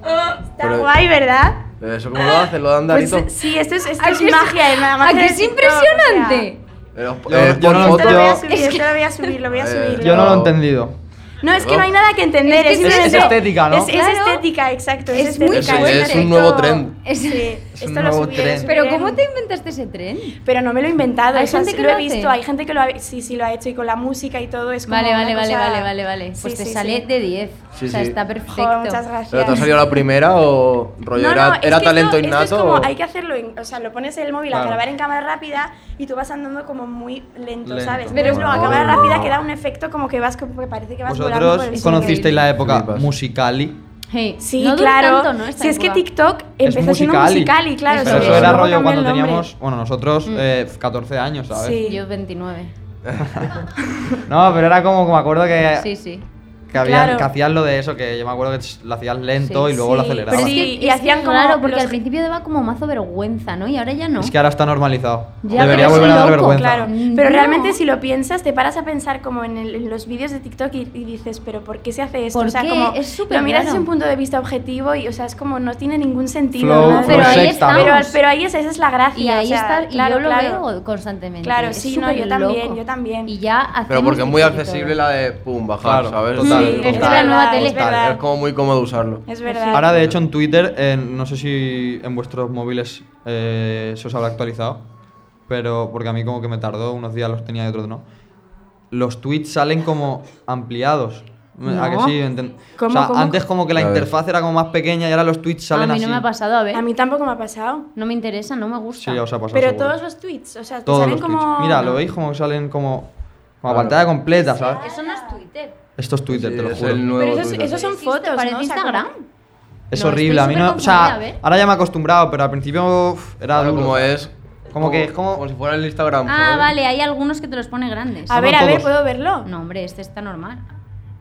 S7: Está
S3: Pero-
S7: guay, ¿verdad?
S3: ¿Eso cómo lo hacen? ¿Lo dan
S7: Pues
S3: Darito?
S7: sí, esto es, esto
S2: Aquí
S7: es magia. Es, la
S2: ¿A
S7: magia
S2: que
S7: del
S2: es
S7: TikTok, o sea,
S2: impresionante?
S3: Pero,
S4: Yo no- yo no lo
S3: pon
S7: Esto lo voy a
S3: eh, foto.
S7: subir, esto lo voy a subir, lo voy a
S3: Eh,
S7: subir.
S4: Yo no lo he
S3: No.
S4: entendido.
S7: No, es que no hay nada que entender.
S2: Es que
S7: Es,
S2: es
S7: simplemente-
S4: estética, ¿no?
S7: Es, es
S2: Claro.
S7: estética, exacto. Es,
S2: Es muy
S3: Es,
S7: estética.
S3: es un
S2: Perfecto.
S3: nuevo trend.
S2: Es-
S7: Sí,
S4: Es un
S7: esto lo
S4: nuevo
S7: subiré,
S4: tren.
S7: subiré.
S2: Pero ¿cómo te inventaste ese tren?
S7: Pero no me lo he inventado.
S2: Hay
S7: o sea,
S2: gente
S7: sí
S2: que
S7: lo
S2: lo
S7: he
S2: hace.
S7: visto. Hay gente que lo ha, sí, sí, lo ha hecho y con la música y todo es como
S2: Vale,
S7: una
S2: vale, vale,
S7: cosa-
S2: vale, vale, vale. Pues
S7: Sí,
S2: te
S7: sí,
S2: sale
S7: sí.
S2: de 10.
S3: Sí,
S2: o sea,
S3: sí.
S2: está perfecto.
S7: Joder, muchas gracias.
S3: ¿Pero te ha salido la primera o rollo
S7: No,
S3: era,
S7: no, es
S3: era
S7: que
S3: talento
S7: esto- esto
S3: innato?
S7: es como,
S3: o-
S7: hay que hacerlo, en- o sea, lo pones en el móvil
S4: Claro.
S7: a grabar en cámara rápida y tú vas andando como muy lento,
S4: Lento.
S7: ¿sabes?
S2: Pero-
S7: Pero luego a
S3: Wow.
S7: cámara rápida queda un efecto como que vas como que parece que vas volando por el
S4: Vosotros
S7: cielo.
S4: conocisteis la época
S3: Flipas.
S4: Musicali.
S2: Hey,
S7: Sí,
S2: no dura
S7: claro.
S2: tanto, ¿no? Esta
S7: si es que
S2: época.
S7: TikTok
S4: Es
S7: empezó siendo
S4: Musicali.
S7: musical y claro,
S4: Pero
S2: Eso
S4: eso
S3: es.
S4: era
S7: luego
S4: rollo
S7: cambió
S4: cuando
S7: el nombre. Mm.
S4: teníamos, bueno, nosotros eh, 14 años, ¿sabes?
S7: Sí.
S2: Yo 29.
S4: No, pero era como, me acuerdo
S7: Eh.
S4: que,
S2: Sí, sí.
S4: que, habían-
S7: Claro.
S4: que hacían lo de eso, que yo me acuerdo que ch- lo hacías lento
S2: Sí.
S4: y luego lo
S7: Sí, pero
S4: acelerabas.
S7: es que- y hacían como
S2: Claro, porque
S7: los-
S2: al principio daba como mazo vergüenza, ¿no? Y ahora ya no.
S4: Es que ahora está normalizado.
S2: Ya,
S4: Debería
S2: pero
S4: volver a
S2: soy
S4: dar
S2: loco,
S4: vergüenza.
S7: Claro,
S2: Mm,
S7: pero
S2: no.
S7: realmente si lo piensas, te paras a pensar como en, el- en los vídeos de TikTok y, y dices, pero ¿por qué se hace esto?
S2: ¿Por
S7: o sea,
S2: qué?
S7: como
S2: Es súper
S7: lo miras
S2: raro.
S7: desde un punto de vista objetivo y, o sea, es como no tiene ningún sentido.
S4: Flow,
S7: ¿no?
S4: flow
S2: Pero ahí
S4: secta, ¿no?
S7: pero,
S2: estamos.
S7: pero ahí es, esa es la gracia.
S2: y
S7: o
S2: ahí
S7: sea,
S2: está, y
S7: claro,
S2: yo lo
S7: claro.
S2: veo constantemente.
S7: Claro,
S2: Es
S7: sí, no, yo
S2: superloco.
S7: también, yo también.
S2: Y ya hacemos
S3: Pero porque es muy
S2: de todo.
S3: accesible la de pum, bajar,
S4: Claro,
S3: ¿sabes?
S4: total,
S7: Sí,
S2: es
S7: es
S2: la
S7: verdad,
S2: nueva tele.
S7: es verdad.
S3: Es como muy cómodo usarlo.
S7: Es verdad.
S4: Ahora, de hecho, en Twitter, eh, no sé si en vuestros móviles eh, se os habrá actualizado, pero porque a mí como que me tardó, unos días los tenía y otros no. Los tweets salen como ampliados. ¿A que
S2: No.
S4: sí? Enten-
S7: ¿Cómo,
S4: o sea,
S7: cómo?
S4: antes como que la
S3: A ver.
S4: interfaz era como más pequeña y ahora los tweets
S2: A
S4: salen
S2: mí
S4: así.
S2: no me ha pasado, a ver.
S7: A mí tampoco me ha pasado.
S2: No me interesa, no me gusta.
S4: Sí, ya os ha pasado.
S7: Pero
S4: Pues seguro.
S7: todos los tweets, o sea, te
S4: Todos
S7: salen
S4: los tweets.
S7: como...
S4: Mira, lo veis como que salen como, como a
S3: Claro.
S4: pantalla completa, ¿sabes?
S2: Eso no es Twitter.
S4: Esto es Twitter,
S3: Sí,
S4: te lo
S3: es
S4: juro.
S3: el nuevo
S7: Pero eso, es-
S3: Twitter.
S7: eso son
S2: Sí,
S7: fotos,
S2: parece
S7: ¿no? O sea, como-
S2: Instagram.
S4: Es
S2: No,
S4: horrible, a mí
S2: estoy
S4: no. O
S2: superconfundida,
S4: sea,
S2: a ver.
S4: ahora ya me he acostumbrado, pero al principio uf, era
S3: Claro,
S4: duro.
S3: como es.
S4: Como que es como-
S3: Como si fuera el Instagram.
S2: Ah,
S3: ¿sabes?
S2: vale, hay algunos que te los pone grandes.
S7: A ver, a
S4: todos.
S7: ver, ¿puedo verlo?
S2: No, hombre, este está normal.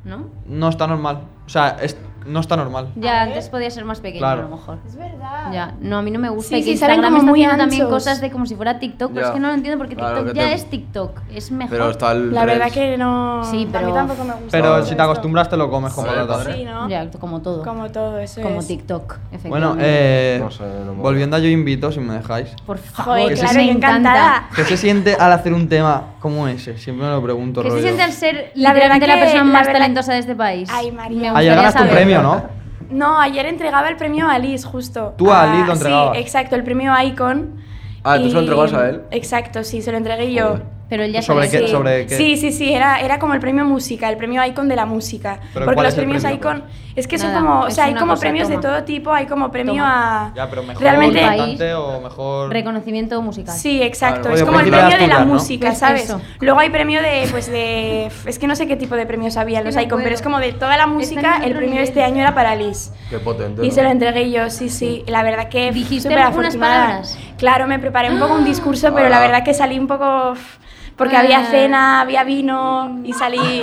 S2: ¿No?
S4: No está normal. O sea, es- no está normal.
S2: Ya, antes podía ser más pequeño
S4: Claro.
S2: a lo mejor.
S7: Es verdad.
S2: Ya, no, a mí no me gusta.
S7: Sí,
S2: y que
S7: sí, salen
S2: Instagram
S7: como
S2: está
S7: muy
S2: haciendo también
S7: anchos.
S2: cosas de como si fuera TikTok, pero
S3: Ya.
S2: es que no lo entiendo porque
S3: Claro,
S2: TikTok
S3: que
S2: ya
S3: te-
S2: es TikTok. Es mejor.
S3: Pero está el.
S7: La verdad
S3: Reels.
S7: que no.
S2: Sí,
S7: A
S2: pero-
S7: mí tampoco me gusta.
S4: Pero
S7: todo
S4: si te
S7: esto.
S4: acostumbras te lo comes como
S3: Joder,
S4: la otra.
S3: padre.
S7: Sí, ¿no?
S2: Ya, como todo. Como,
S7: Como todo, eso es.
S2: TikTok, efectivamente.
S4: Bueno, eh,
S3: No sé, no me
S4: volviendo a Yo Invito, si me dejáis.
S2: Por favor,
S7: Joder,
S2: que
S7: claro,
S2: me
S7: yo
S2: encanta.
S7: encantada.
S4: ¿Qué se siente al hacer un tema como ese? Siempre me lo pregunto,
S2: ¿Qué se
S4: rollo.
S2: siente al ser
S7: La verdad
S2: literalmente la
S7: que-
S2: persona
S7: la
S2: más
S7: verdad-
S2: talentosa de este país?
S7: Ay, María.
S2: Me
S4: Ayer
S2: gustaría
S4: ganaste un
S2: saberlo.
S4: premio, ¿no?
S7: No, ayer entregaba el premio a Alice, justo.
S4: Tú a Alice lo
S7: Ah,
S4: entregabas.
S7: Sí, exacto, el premio Icon.
S3: Ah, tú se lo
S7: Y-
S3: entregabas a él.
S7: Exacto, sí, se lo entregué yo.
S3: Joder.
S2: Pero él ya
S4: Sobre
S2: sabía
S4: qué-
S7: sí.
S2: que-
S4: sobre qué-
S7: Sí, sí, sí, era, era como el premio música, el premio Icon de la música.
S4: Pero
S7: Porque
S4: ¿cuál
S7: los
S4: es el
S7: premios
S4: premio,
S7: Icon. Es que
S2: Nada,
S7: son como. O
S2: es
S7: sea, hay
S2: una
S7: como
S2: cosa,
S7: premios de
S2: toma.
S7: todo tipo, hay como premio
S2: Toma.
S7: a.
S4: Ya, pero mejor
S7: Realmente-
S4: cantante o mejor.
S2: reconocimiento musical.
S7: Sí, exacto.
S3: Claro,
S7: es
S3: oye,
S7: como el
S4: pues,
S7: premio de
S4: Asturias,
S7: la
S4: ¿no?
S7: música,
S2: Pues
S7: ¿sabes?
S2: eso.
S7: Luego hay premio de, pues de, es que no sé qué tipo de premios había los
S2: no
S7: Icon, pero
S2: puedo.
S7: es como de toda la
S2: Están
S7: música.
S2: en otro
S7: El premio de
S2: nivel.
S7: este año era para Liz.
S3: Qué potente.
S7: Y
S3: ¿no?
S7: se lo entregué yo, sí, sí. La verdad que f-
S2: ¿Dijiste
S7: superafortunada.
S2: unas palabras?
S7: Claro, me preparé un poco un discurso, pero
S3: Ah.
S7: la verdad que salí un poco f- porque
S2: Ah.
S7: había cena, había vino y salí.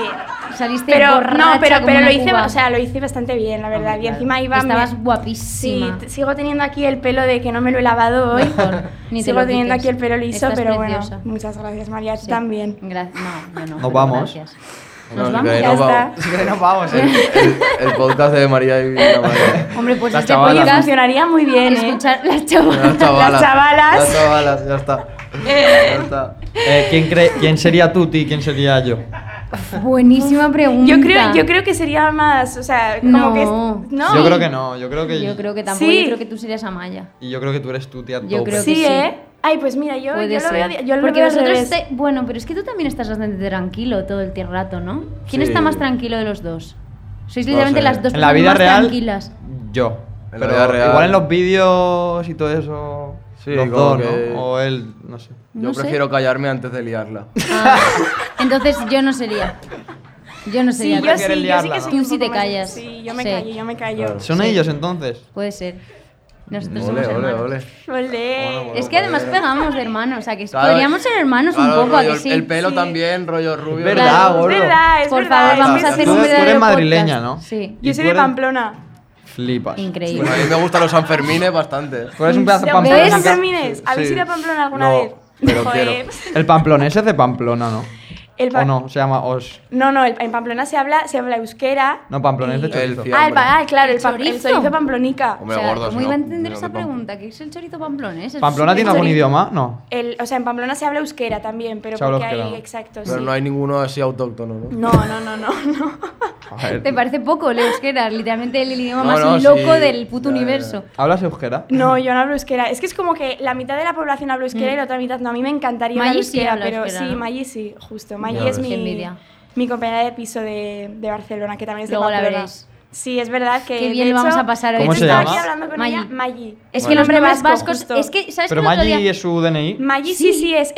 S2: Saliste
S7: Pero no,
S2: borracha
S7: pero,
S2: como
S7: pero
S2: una
S7: lo hice,
S2: cuba.
S7: o sea, lo hice bastante bien, la verdad. Y encima iba
S2: Estabas
S7: Sí,
S2: guapísima.
S7: t- sigo teniendo aquí el pelo de que no me lo he lavado hoy.
S2: Mejor, ni te
S7: sigo
S2: lo
S7: teniendo
S2: quites.
S7: aquí el pelo liso,
S2: Estás
S7: pero
S2: preciosa.
S7: bueno. Muchas gracias, María. Tú
S2: Sí.
S7: también.
S2: Gra- no, yo no. pero
S4: vamos.
S2: Gracias.
S3: No,
S2: Nos
S3: sí,
S2: vamos.
S3: que
S7: ya
S3: no
S7: está.
S3: vamos.
S4: Si queréis nos vamos,
S3: El,
S4: eh.
S3: el- el podcast de María y la María.
S2: Hombre, pues
S4: Las
S2: este
S4: chavalas.
S7: Oye,
S2: podcast
S7: funcionaría muy bien, ¿eh?
S2: escuchar las chavalas.
S3: Las chavalas.
S7: Las chavalas.
S3: Las chavalas, ya está. Ya está.
S4: Eh, ¿quién, cree, ¿Quién sería Tuti y quién sería yo?
S2: Buenísima pregunta.
S7: Yo creo, yo creo que sería más, o sea, como
S2: No.
S7: que es- no.
S4: Yo creo que no, yo creo que.
S2: Yo creo que tampoco.
S7: Sí.
S2: Yo creo que tú serías Amaya.
S4: Y yo creo que tú eres Tuti a
S2: Yo
S4: tope.
S2: creo que
S7: sí,
S2: sí.
S7: ¿eh? Ay, pues mira, yo,
S2: Puede
S7: yo lo
S2: ser.
S7: veo, yo lo
S2: Porque
S7: veo al
S2: vosotros
S7: revés.
S2: estáis- Bueno, pero es que tú también estás bastante tranquilo todo el tie- rato, ¿no? ¿Quién
S3: Sí. eh.
S2: está más tranquilo de los dos? Sois
S3: No
S2: literalmente
S3: sé.
S2: las dos
S4: En la
S2: personas
S4: vida
S2: más
S4: real.
S2: tranquilas.
S4: Yo.
S3: En la
S4: Pero
S3: vida real.
S4: igual en los vídeos y todo eso.
S3: Sí,
S4: los
S3: como
S4: dos,
S3: que-
S4: ¿no? O él, no sé.
S3: Yo
S2: No sé.
S3: prefiero callarme antes de liarla.
S2: Ah, entonces yo no sería. Yo no
S7: Sí,
S2: sería.
S7: yo
S4: Prefieres
S7: sí, yo sí
S4: liarla,
S7: que
S4: ¿no?
S7: soy
S2: Tú
S7: un
S2: sí te
S7: poco más-
S2: callas.
S7: Sí, yo me
S2: Sí.
S7: callo, yo me callo.
S3: Claro.
S4: ¿Son ellos entonces?
S2: Puede ser. Nosotros
S3: Ole,
S2: somos
S3: ole,
S2: hermanos.
S3: ole.
S7: Olé.
S3: Bueno,
S2: Es que además pegamos de hermanos, o sea que
S3: Claro,
S2: podríamos ser hermanos
S3: claro,
S2: un poco, ¿a
S3: rollo,
S2: que sí?
S3: El pelo
S7: Sí.
S3: también, rollo rubio.
S4: verdad,
S3: Claro.
S4: gordo.
S7: Es verdad, es
S2: Por
S7: verdad,
S2: favor,
S7: es
S2: vamos a
S7: verdad.
S2: hacer
S4: Tú
S2: un
S4: eres- tú eres
S2: verdadero podcast.
S4: madrileña, ¿no?
S2: Sí.
S4: Y
S7: Yo
S4: tú
S7: soy de
S4: eres-
S7: Pamplona.
S4: Flipas.
S2: Increíble.
S3: Bueno, a mí me gustan los Sanfermines bastante.
S4: Tú eres un pedazo
S7: ¿De
S4: de
S7: Pamplona?
S2: ¿Ves?
S4: pamplona.
S7: Sanfermines? ¿Habéis
S3: Sí.
S7: ido a Pamplona alguna
S3: No,
S7: vez?
S3: pero
S7: Joder.
S3: quiero.
S4: El pamplonés es de Pamplona, ¿no?
S7: El pa-
S4: O no, se llama Os.
S7: No, no, el- en Pamplona se habla, se habla euskera.
S4: No, pamplonés de
S7: y-
S3: El
S4: chorizo.
S3: fiel.
S7: Ah, el pa- ah, claro, el, pa- el
S2: ¿Chorizo?
S7: chorizo pamplonica.
S3: Hombre,
S2: o sea,
S3: gordo,
S2: ¿cómo
S3: si
S2: iba a
S3: no-
S2: entender
S3: no
S2: esa
S3: te pongo.
S2: pregunta? ¿Qué es el chorizo pamplonés? Es
S4: ¿Pamplona
S2: un
S4: tiene algún
S2: chorizo.
S4: idioma? No.
S7: El- o sea, en Pamplona se habla euskera también, pero
S4: Se habla
S7: porque hay...
S4: euskera.
S7: Exacto,
S3: Pero
S7: sí.
S3: no hay ninguno así autóctono, ¿no?
S7: No, no, no, no, no.
S2: ¿Te parece poco el euskera? Literalmente el idioma
S3: No,
S2: más
S3: no,
S2: loco
S3: sí.
S2: del puto
S3: Ya, ya, ya.
S2: universo.
S4: ¿Hablas euskera?
S7: No, yo no hablo euskera. Es que es como que la mitad de la población habla euskera y la otra mitad no. A mí me encantaría hablar
S2: Mayi Mm. sí
S7: euskera,
S2: habla
S7: pero
S2: euskera,
S7: sí,
S2: ¿no?
S7: Mayi sí, justo.
S3: Ya
S7: Mayi
S3: ves.
S2: Qué
S7: es mi,
S2: envidia.
S7: mi compañera de piso de, de Barcelona, que también es
S2: Luego
S7: de
S2: la
S7: Pamplona.
S2: veréis.
S7: Sí, es verdad que
S2: Qué
S7: de
S2: bien lo
S7: hecho-
S2: vamos a pasar hoy.
S4: ¿Cómo
S7: de
S4: se
S7: hecho, estaba
S4: llama?
S7: aquí hablando con
S2: Mayi.
S7: ella, Mayi.
S2: Es que
S7: Un
S2: los
S7: nombre
S2: nombres
S7: vasco,
S2: vascos...
S7: justo.
S2: Es que, ¿sabes
S4: Pero
S2: qué el otro día-
S4: Maggi es su DNI.
S7: Mayi sí, sí, es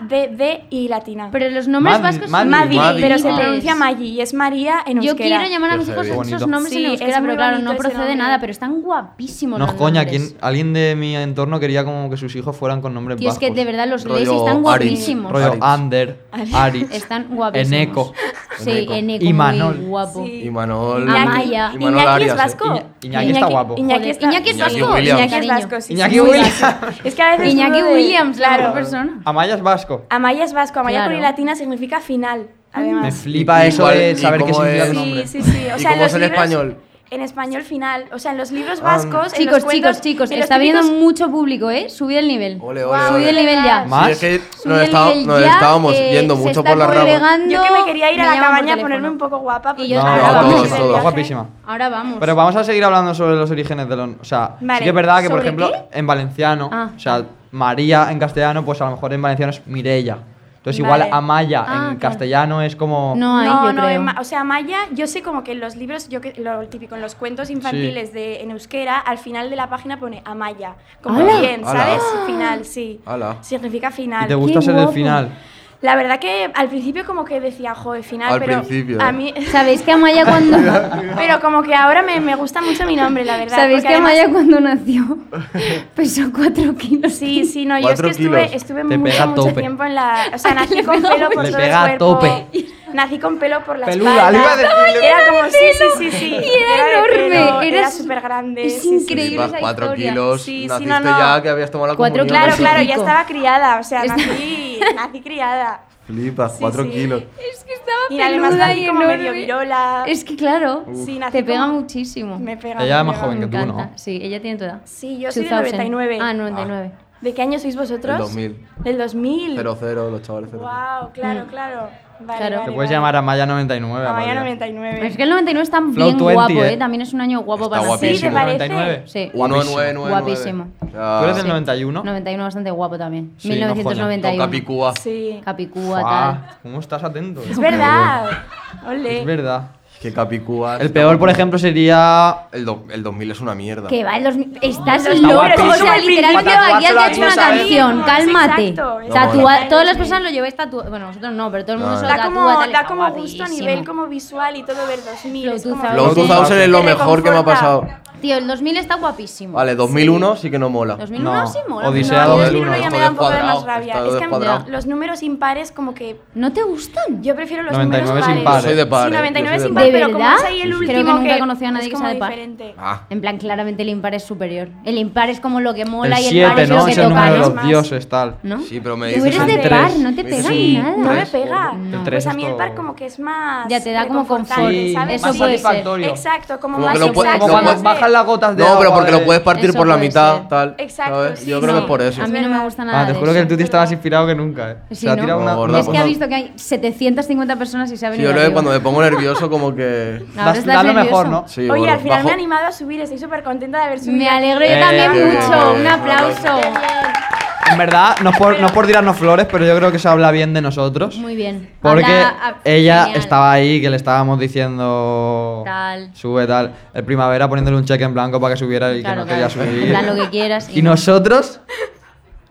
S7: M-A-D-D-I latina.
S2: Pero los nombres
S4: Mad-
S2: vascos...
S4: Madrid,
S7: Madrid,
S3: Madrid.
S7: pero se
S3: Madrid.
S7: pronuncia Maggi y es María en
S2: Yo
S7: euskera.
S2: quiero llamar a
S3: Qué
S2: mis hijos
S3: heavy.
S2: con esos
S4: Bonito.
S2: nombres en
S7: Sí,
S2: euskera,
S7: es muy
S2: pero claro,
S7: bonito
S2: no
S7: ese
S2: procede
S7: nombre.
S2: nada, pero están guapísimos
S4: No es
S2: los
S4: coña,
S2: nombres.
S4: ¿quién- alguien de mi entorno quería como que sus hijos fueran con nombres
S2: Tío, es
S4: vascos.
S2: que de verdad los
S3: Rollo
S2: lees y están
S3: Aritz.
S2: guapísimos.
S4: Rollo
S3: Aritz.
S4: Ander, Aritz,
S2: Están guapísimos.
S4: Eneco.
S2: Sí,
S3: Eneco.
S2: Eneco,
S4: Y
S2: muy
S4: Manol.
S2: guapo.
S7: Sí.
S3: Y Manol.
S2: Amaya.
S3: Y Manol
S7: Iñaki
S3: Arias.
S7: es
S3: ¿eh?
S7: vasco.
S4: Iña- Iñaki está guapo.
S7: Iñaki,
S2: Joder,
S7: está-
S2: Iñaki es
S3: Iñaki
S2: vasco.
S3: Williams.
S7: Iñaki es
S2: cariño.
S7: vasco, sí.
S4: Iñaki
S7: sí, muy
S4: Williams.
S7: vasco. Es que a veces
S2: Iñaki
S7: dudo de-
S2: Williams, la mejor
S7: claro.
S2: persona.
S4: Amaya es vasco.
S7: Amaya es vasco, Amaya
S2: Claro. Ah,
S7: con i latina significa final,
S4: Me
S7: además.
S4: flipa
S3: ¿Y
S4: eso
S3: cuál-
S4: de
S3: y
S4: saber qué
S3: cómo
S4: significa
S3: es?
S4: tu
S3: Sí,
S4: nombre.
S7: Sí, sí, sí. O
S3: ¿Y
S7: sea,
S3: cómo
S7: en los
S3: es en
S7: libros-
S3: español?
S7: En español final, o sea, en los libros
S3: Ah.
S7: vascos, en
S2: Chicos,
S7: los cuentos,
S2: chicos, chicos,
S7: en los
S2: está viendo
S7: típicos-
S2: mucho público, ¿eh? Subid el nivel.
S3: Ole, ole,
S7: Wow.
S2: Subid
S3: ole.
S2: el nivel ya.
S7: Sí,
S4: ¿Más?
S3: Sí, es que
S2: Subid
S3: nos,
S2: el
S3: está-
S2: nivel
S3: nos
S2: ya,
S3: estábamos
S2: eh,
S3: yendo
S2: se
S3: mucho
S2: está
S3: por la rama.
S2: congregando.
S7: Yo que me quería ir a
S2: Me
S7: la
S2: llaman por
S7: cabaña a
S2: teléfono.
S7: ponerme un poco guapa. pues
S2: Y yo
S4: No,
S2: ahora
S3: no,
S2: vamos.
S3: todos,
S2: Nivel
S3: todos.
S2: viaje.
S4: Guapísima.
S2: Ahora vamos.
S4: Pero vamos a seguir hablando sobre los orígenes de los... O sea, sí
S7: Vale,
S4: que es verdad que, por
S7: ¿sobre
S4: ejemplo,
S7: qué?
S4: en valenciano,
S2: Ah.
S4: o sea, María en castellano, pues a lo mejor en valenciano es Mirella. Entonces igual
S7: Vale.
S4: Amaya
S2: Ah,
S4: en
S2: claro.
S4: castellano es como...
S2: No hay,
S7: no,
S2: yo
S7: no,
S2: creo.
S7: en ma- o sea, Maya, yo sé como que en los libros, yo que, lo típico, en los cuentos infantiles de en euskera, al final de la página pone Amaya, como
S2: ¡Hala!
S7: bien,
S3: ¡Hala!
S7: ¿sabes? Final, sí.
S3: ¡Hala!
S7: Significa final.
S4: Y te gusta
S2: Qué
S4: ser del
S2: guapo.
S4: final.
S7: La verdad que al principio como que decía, joder, final,
S3: Al
S7: pero
S3: principio, ¿eh?
S7: a mí...
S2: ¿Sabéis que Amaya cuando...
S7: Pero como que ahora me, me gusta mucho mi nombre, la verdad.
S2: ¿Sabéis
S7: porque
S2: que
S7: además-
S2: Amaya cuando nació pesó 4 kilos?
S7: Sí, sí, no, yo es
S3: Cuatro
S7: que estuve,
S3: kilos.
S7: estuve
S4: Te pega
S7: mucho,
S4: a
S7: mucho
S4: tope.
S7: tiempo en la... O sea, nací
S2: Le
S7: con
S2: pega
S7: pelo por
S4: Le
S7: todo
S4: pega a
S7: el cuerpo.
S4: tope.
S7: Nací con pelo por la
S4: Peluda,
S7: espalda.
S4: le iba a decir, le-
S7: Era como, sí, sí, sí, sí.
S2: Y era
S7: de pelo,
S2: enorme,
S7: Era
S2: era su-
S7: súper grande.
S2: es increíble
S3: Sí, vas
S2: esa
S3: cuatro
S2: historia.
S3: kilos.
S7: Sí, sí,
S3: naciste
S7: no, no.
S3: ya que habías tomado la
S2: Cuatro
S3: comunión.
S7: Claro,
S2: Sí,
S7: claro,
S2: rico.
S7: ya estaba criada, o sea,
S2: Está-
S7: nací, nací criada.
S3: Flipas,
S7: Sí,
S3: cuatro
S7: sí.
S3: kilos.
S2: Es que estaba
S7: Y además
S2: peluda
S7: nací
S2: y
S7: como medio
S2: enorme.
S7: virola.
S2: Es que claro,
S7: Sí, nací
S2: te pega
S7: como-
S2: muchísimo.
S7: Me pega.
S4: Ella es
S7: me
S4: más
S7: pega.
S4: joven
S2: Me
S4: que tú, ¿no?
S2: encanta. Sí, ella tiene tu edad.
S7: Sí, yo soy del
S2: 2000.
S7: 99.
S2: Ah, 99.
S7: ¿De qué año sois vosotros?
S3: Del 2000.
S7: Del 2000.
S3: 0-0, los chavales 0
S7: Wow, claro, claro. Vale,
S2: Claro.
S7: vale,
S4: Te puedes
S7: vale.
S4: llamar a Maya 99.
S7: A Maya
S4: Amalia.
S7: 99.
S2: Es que el 99 está bien
S4: Flow 20,
S2: guapo,
S4: ¿eh?
S2: ¿eh? También es un año guapo
S4: Está Ah.
S2: para
S7: Sí, ¿te
S4: guapísimo.
S2: ser.
S7: parece?
S4: 99.
S2: Sí. Guapísimo.
S4: ¿Tú eres del
S2: Sí.
S4: 91?
S2: 91 bastante guapo también.
S4: Sí, no jodas.
S2: 1991.
S3: Capicúa.
S7: Sí.
S2: Capicúa, tal.
S4: Fa, ¿Cómo estás atento? eh?
S7: Es verdad. Ole.
S4: Es verdad.
S3: Que Capicúa.
S4: El peor, por ejemplo, sería.
S3: El, do- el 2000 es una mierda.
S2: Que va el 2000. Estás
S7: Está
S2: loco.
S7: guapísimo.
S2: O sea, literalmente
S4: Para
S2: aquí has hecho
S4: tatuárselo
S2: una
S4: aquí, ¿sabes?
S2: canción. Cálmate.
S7: Exacto,
S2: O sea,
S3: No,
S2: tú-
S7: no.
S2: todas las personas lo lleváis tatuado. Bueno, vosotros no, pero todo el mundo
S3: No.
S2: se lo
S7: Da
S2: tatúa.
S7: como,
S2: tal,
S7: da
S2: está
S7: como gusto a
S2: guapísimo.
S7: nivel como visual y todo ver 2000. Es como-
S2: Flow
S3: Los 2000 es lo mejor que me ha pasado.
S2: Tío, el 2000 está guapísimo.
S3: Vale, 2001 sí, que no mola.
S2: 2001
S4: No,
S2: sí mola.
S4: Odisea
S7: No, a mí
S4: del
S7: los números
S4: uno.
S7: ya me
S3: Está
S7: da un poco de más
S3: descuadrado,
S7: rabia.
S3: está
S7: Es que a mí
S3: descuadrado.
S7: los números impares como que...
S2: ¿No te gustan?
S7: Yo prefiero los
S4: 99
S7: números
S4: es
S7: pares.
S4: impar, Yo
S3: soy de par,
S7: Sí,
S3: eh.
S7: 99
S3: Yo
S7: es
S3: soy de
S7: impar,
S2: par.
S7: pero
S2: ¿De
S7: como
S2: verdad?
S7: es ahí el
S3: Sí, sí.
S7: último
S2: Creo que nunca he
S7: que
S2: conocido a nadie
S7: es
S2: que
S7: como
S2: sea de par.
S7: diferente.
S3: Ah,
S2: En plan, claramente el impar es superior. El impar es como lo que mola
S4: El
S2: y el par
S4: 7,
S2: es lo
S4: ¿no?
S2: que
S4: Es el
S2: toca,
S4: número de
S2: ¿no?
S4: los
S7: Más.
S4: dioses, tal.
S2: ¿No?
S3: sí, pero me
S2: Tú
S3: dices.
S2: eres
S3: el
S2: de
S3: tres.
S2: par, no te
S3: Me
S2: pega
S3: dices-
S4: Sí,
S2: nada.
S7: No me
S4: Tres,
S7: pega.
S4: no.
S7: Pues
S4: Tres
S7: a
S4: es
S7: mí el
S4: todo-
S7: par como que es más...
S2: Ya te da como
S7: reconfortante,
S2: confort. Sí,
S7: ¿sabes?
S2: eso
S4: más
S2: puede ser.
S4: satisfactorio.
S7: Exacto, como
S3: Como
S7: más
S3: que lo puedes-
S7: exacto.
S4: Como
S3: lo puedes-
S4: cuando bajan las gotas de
S3: No, pero
S4: agua
S3: porque lo
S4: de-
S3: puedes partir
S2: Eso
S3: por la
S2: puede
S3: mitad,
S2: ser.
S3: tal.
S7: Exacto,
S3: ¿sabes?
S7: sí,
S3: Yo creo
S7: sí.
S3: que es por eso.
S2: A mí no me gusta nada.
S4: Ah, te
S2: de
S4: juro que
S2: eso.
S4: el Tuti está más inspirado que nunca, eh.
S2: Sí,
S4: Se ha
S2: ¿no?
S4: tirado una.
S3: No, gorda,
S2: es que
S3: pues
S2: ha
S3: no.
S2: visto que hay 750 personas y se ha
S3: Sí,
S2: venido.
S3: yo luego
S2: arriba.
S3: cuando me pongo nervioso, como que.
S2: Ahora
S4: Das-
S2: estás
S4: da lo mejor,
S2: nervioso.
S4: ¿no?
S3: Sí,
S7: Oye,
S3: bueno,
S7: al final me
S3: bajo-
S7: ha animado a subir, estoy súper contenta de haber subido.
S2: Me alegro yo
S4: Eh,
S2: también
S4: qué
S3: bien,
S2: mucho.
S3: qué
S2: un
S3: bien.
S2: aplauso.
S7: Qué bien.
S4: En verdad, no es por, no es por tirarnos flores, pero yo creo que se habla bien de nosotros.
S2: Muy bien.
S4: Porque
S2: Habla- ah,
S4: ella
S2: genial.
S4: estaba ahí, que le estábamos diciendo.
S2: Tal.
S4: Sube tal. El primavera poniéndole un cheque en blanco para que subiera y
S2: Claro,
S4: que no
S2: claro.
S4: quería
S2: En plan,
S4: subir.
S2: lo que quieras.
S4: Y nosotros.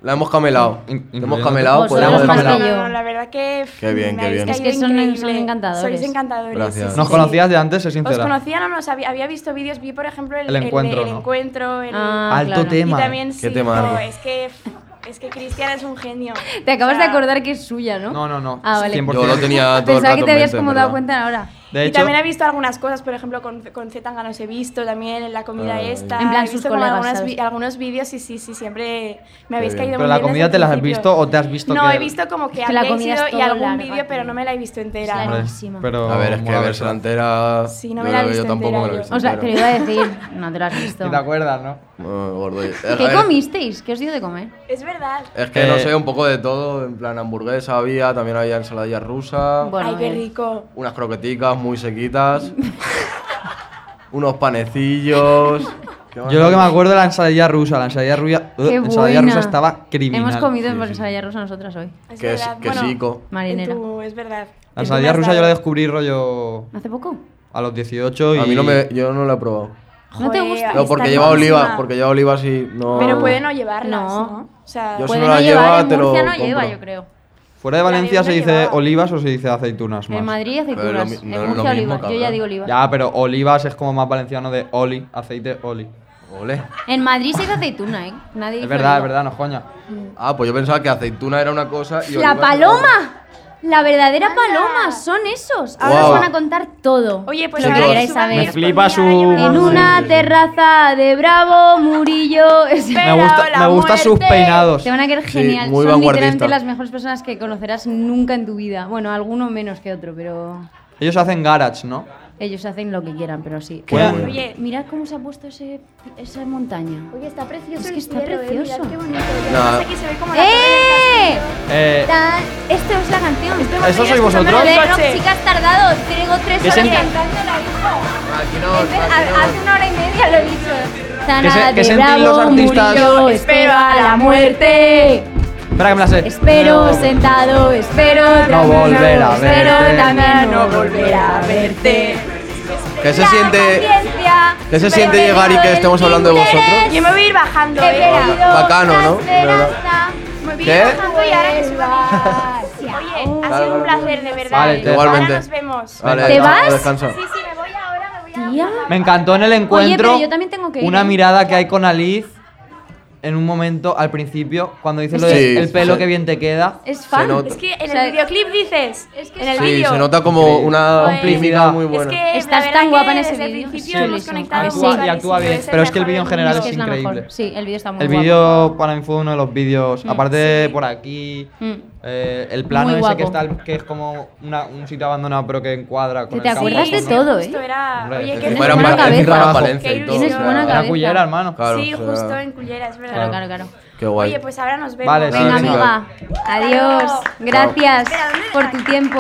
S3: La hemos camelado.
S4: In-
S3: Te hemos
S4: incluyendo-
S3: camelado,
S2: Vosotros
S3: podríamos
S4: más
S3: decir.
S7: No,
S4: Camelao.
S7: no,
S2: yo.
S7: no, la verdad que. f-
S3: Qué bien,
S7: me
S3: qué
S7: habéis
S3: bien. Es
S7: caído
S2: que son- son
S7: increíble.
S2: encantadores.
S7: Sois encantadores.
S3: Gracias.
S7: sí,
S4: ¿Nos
S7: sí.
S4: conocías de antes, es
S7: Os
S4: sincero?
S7: conocía, no nos había, había visto vídeos. Vi, por ejemplo, el,
S4: El encuentro,
S7: El,
S4: ¿no?
S7: encuentro, el-
S2: Ah,
S4: Alto
S2: claro.
S7: Y
S4: tema. eh.
S7: también sí.
S3: tema,
S7: jo,
S3: Ana.
S7: es que. f- Es que Cristian es un genio.
S2: Te acabas
S7: O
S2: de
S7: sea,
S2: acordar que es suya, ¿no?
S4: No, no, no.
S2: Ah, vale.
S4: 100%.
S3: Yo lo tenía todo el
S2: Pensaba
S3: rato
S2: que
S3: en
S2: te habías
S3: mente,
S2: como
S3: en
S2: dado
S3: verdad.
S2: cuenta ahora.
S4: De
S7: y
S4: hecho,
S7: también he visto algunas cosas, por ejemplo, con, con Z nos he visto también en la comida
S3: Ay.
S7: esta.
S2: En plan,
S7: he
S2: sus
S7: visto como
S2: colegas,
S7: algunas
S2: ¿sabes?
S7: vi- algunos vídeos y sí, sí, siempre me habéis
S3: bien.
S7: caído
S4: ¿Pero
S7: muy
S4: la
S7: bien desde
S4: comida
S7: el
S4: te las has
S7: principio.
S4: visto o te has visto
S7: No,
S4: que-
S7: he visto como que,
S2: Es que la
S7: habéis
S2: comida es
S7: ido y
S2: todo
S7: algún
S2: larga,
S7: vídeo, pero no me la he visto entera.
S2: Claro.
S4: hombre,
S2: Buenísima.
S4: pero
S3: A ver, es que
S4: mola
S3: verse
S4: verlo.
S3: entera.
S7: Sí, no
S3: yo
S7: me la he
S3: creo que
S7: visto
S3: yo tampoco me la he
S7: entera
S3: visto.
S2: O sea, te lo iba a decir. No te lo has visto.
S4: ¿Y te acuerdas, no?
S3: Bueno, gordo, es-
S2: ¿Qué
S3: es-
S2: comisteis? ¿Qué os dio de comer?
S7: Es verdad.
S3: Es que no
S4: Eh,
S3: sé, un poco de todo. En plan, hamburguesa había, también había ensaladilla rusa.
S2: Bueno,
S7: Ay, qué
S2: eh,
S7: rico.
S3: Unas croqueticas muy sequitas. unos panecillos. ¿qué más?
S4: Yo lo que me acuerdo de la ensaladilla rusa. La ensaladilla, rusa uh,
S2: Qué
S4: ensaladilla
S2: buena.
S4: rusa estaba criminal.
S2: Hemos comido
S3: Sí,
S2: en
S3: sí.
S2: ensaladilla rusa nosotras hoy.
S7: Es
S3: Que, es,
S7: verdad.
S3: que
S7: Bueno,
S3: sico.
S2: Marinera.
S7: en tu- es verdad.
S4: La
S7: En tu
S4: ensaladilla
S7: casa.
S4: rusa yo la descubrí rollo
S2: ¿Hace poco?
S4: a los 18 y...
S3: A mí no me, yo no la he probado.
S2: ¿No te
S7: Joder,
S2: gusta?
S7: ahí
S3: No, porque
S7: está
S3: lleva
S7: buenísima.
S3: olivas, porque lleva olivas y no.
S7: Pero puede no llevarlas,
S2: No.
S7: ¿no? O sea,
S3: Yo sé-
S7: puede-
S2: Puede
S3: no la
S2: no
S3: lleva,
S2: llevar,
S3: te
S2: en
S3: lo
S2: Murcia no lleva,
S3: compro.
S2: yo creo.
S4: Fuera de
S7: La
S4: Valencia
S7: bebida
S4: se
S7: que
S4: dice
S7: va.
S4: olivas o se dice aceitunas más.
S2: En Madrid
S3: Pero es lo
S2: aceitunas,
S3: mi- no es
S2: en
S3: lo
S2: Murcia
S3: mismo,
S2: olivas, yo ya
S3: cabrón.
S2: digo olivas.
S4: Ya, pero olivas es como más valenciano de oli, aceite, oli.
S3: Ole.
S2: En Madrid se dice aceituna, ¿eh? Nadie
S4: Es
S2: dice
S4: verdad, es
S2: oliva.
S4: verdad, no es coña.
S3: Ah, pues yo pensaba que aceituna era una cosa y olivas
S2: ¡La
S3: era otra.
S2: paloma! La verdadera paloma, son esos. Ahora
S3: Guau.
S2: os van a contar todo.
S7: Oye, pues
S2: lo que
S7: ahora
S2: queráis
S7: suban
S4: Me
S2: saber.
S7: ellos
S4: flipa
S7: comida,
S4: su-
S7: ahora yo me
S2: En
S7: voy.
S2: una terraza de Bravo, Murillo. es-
S7: Pero
S4: me gusta,
S7: la
S4: me gustan sus
S7: muerte.
S4: peinados.
S2: Te van a quedar
S3: Sí,
S2: genial.
S3: muy
S2: Son literalmente
S3: vanguardista.
S2: las mejores personas que conocerás nunca en tu vida. Bueno, alguno menos que otro, pero
S4: Ellos hacen garage, ¿no?
S2: ellos hacen lo que quieran, pero sí.
S4: Qué Oye,
S3: bueno.
S7: Oye,
S2: Mirad cómo se ha puesto ese, esa montaña.
S8: Oye, está precioso
S2: Es que
S8: el
S2: está
S8: cielo, eh,
S2: precioso.
S8: mirad qué bonito.
S3: Nah,
S7: aquí se ve como la
S2: ¡Eh!
S4: Eh,
S2: Tan- Esta es la canción.
S4: ¿Eso sois vosotros?
S2: Joder, no,
S7: coche.
S2: chicas, tardado. Tengo tres
S4: Que
S2: horas
S4: se en-
S2: cantando la misma.
S3: Aquí no,
S2: En vez-
S3: aquí
S2: a-
S3: no.
S2: Hace una hora y media lo he dicho.
S4: Que se-
S2: Tanada
S4: que
S2: de
S4: sentin los
S2: Bravo,
S4: artistas-
S2: Murillo, espero a la muerte.
S4: espera que me la sé. Eh,
S2: Espero
S4: No.
S2: sentado, espero
S4: No volver a
S2: espero
S4: verte.
S2: también no volver a verte.
S3: ¿Qué se
S2: La
S3: siente?
S2: paciencia,
S3: ¿Qué se siente
S2: pero
S3: llegar y que
S2: el
S3: estemos hablando de
S2: interés,
S3: vosotros?
S7: Yo me voy a ir bajando,
S2: he
S7: eh.
S2: perdido
S3: Bacano,
S2: la
S3: ¿no?
S2: esperanza.
S7: Me voy a
S3: ¿Qué?
S7: ir bajando y ahora que suba.
S2: Gracias.
S7: Oye, ha
S3: Vale,
S7: sido
S3: vale,
S7: un placer, de verdad.
S4: Vale, te-
S3: Igualmente.
S7: Ahora nos vemos.
S3: Vale,
S2: ¿Te
S3: chao,
S2: vas?
S3: Descansa.
S7: Sí, sí, me voy ahora, me voy a...
S2: Tía.
S4: Me encantó en el encuentro
S2: pero yo también tengo que ir,
S4: una
S2: ¿eh?
S4: mirada que hay con Aliz en un momento al principio, cuando dice lo
S3: Sí,
S4: de el pelo
S3: sí.
S4: que bien te queda.
S2: Es
S3: Se
S2: fan.
S3: nota.
S7: Es que en
S2: O sea,
S7: el videoclip dices.
S2: es que
S7: en el
S3: Sí,
S7: vídeo.
S3: se nota como
S4: Increíble. Pues,
S3: una
S7: Joder.
S3: complicidad muy
S7: Es
S3: buena.
S7: que
S2: Estás
S7: la
S2: tan
S7: verdad
S2: guapa en
S7: que
S2: ese
S7: desde el
S2: vídeo.
S7: principio
S2: Sí,
S7: hemos
S2: sí,
S7: conectado
S2: sí.
S7: mucho,
S2: Actúa- y
S4: actúa
S7: Alicia,
S4: bien.
S7: eres
S4: Pero es que el
S7: mejor
S4: vídeo en
S7: del
S4: general
S2: Es
S7: mundo.
S2: que es la
S4: increíble.
S2: mejor. Sí, el vídeo está muy
S4: El
S2: guapo.
S4: vídeo para mí fue uno de los vídeos, aparte de por aquí,
S2: Mm.
S4: eh, el plano
S2: Muy
S4: ese
S2: guapo.
S4: que, está, el- que es como una- un sitio abandonado pero que encuadra con
S2: Que te
S4: el campo,
S2: acuerdas de
S4: ¿no?
S2: todo, ¿eh?
S7: Esto era...
S4: Hombre, que
S7: Oye, qué
S2: fuera en
S7: ilusión.
S2: Val- en Val-
S4: Valencia y todo,
S7: Qué
S2: Tienes
S7: ilusión.
S2: buena
S4: Era
S2: cabeza.
S4: cullera, hermano.
S3: Claro,
S7: sí,
S3: o sea,
S7: justo en Cullera, es verdad.
S2: Claro, claro,
S6: Claro.
S2: claro.
S3: Qué guay.
S7: Oye, pues ahora nos vemos.
S4: Vale, sí,
S2: Venga,
S4: sí,
S2: amiga. Adiós. Gracias
S7: Espera, ¿dónde-
S2: por tu tiempo.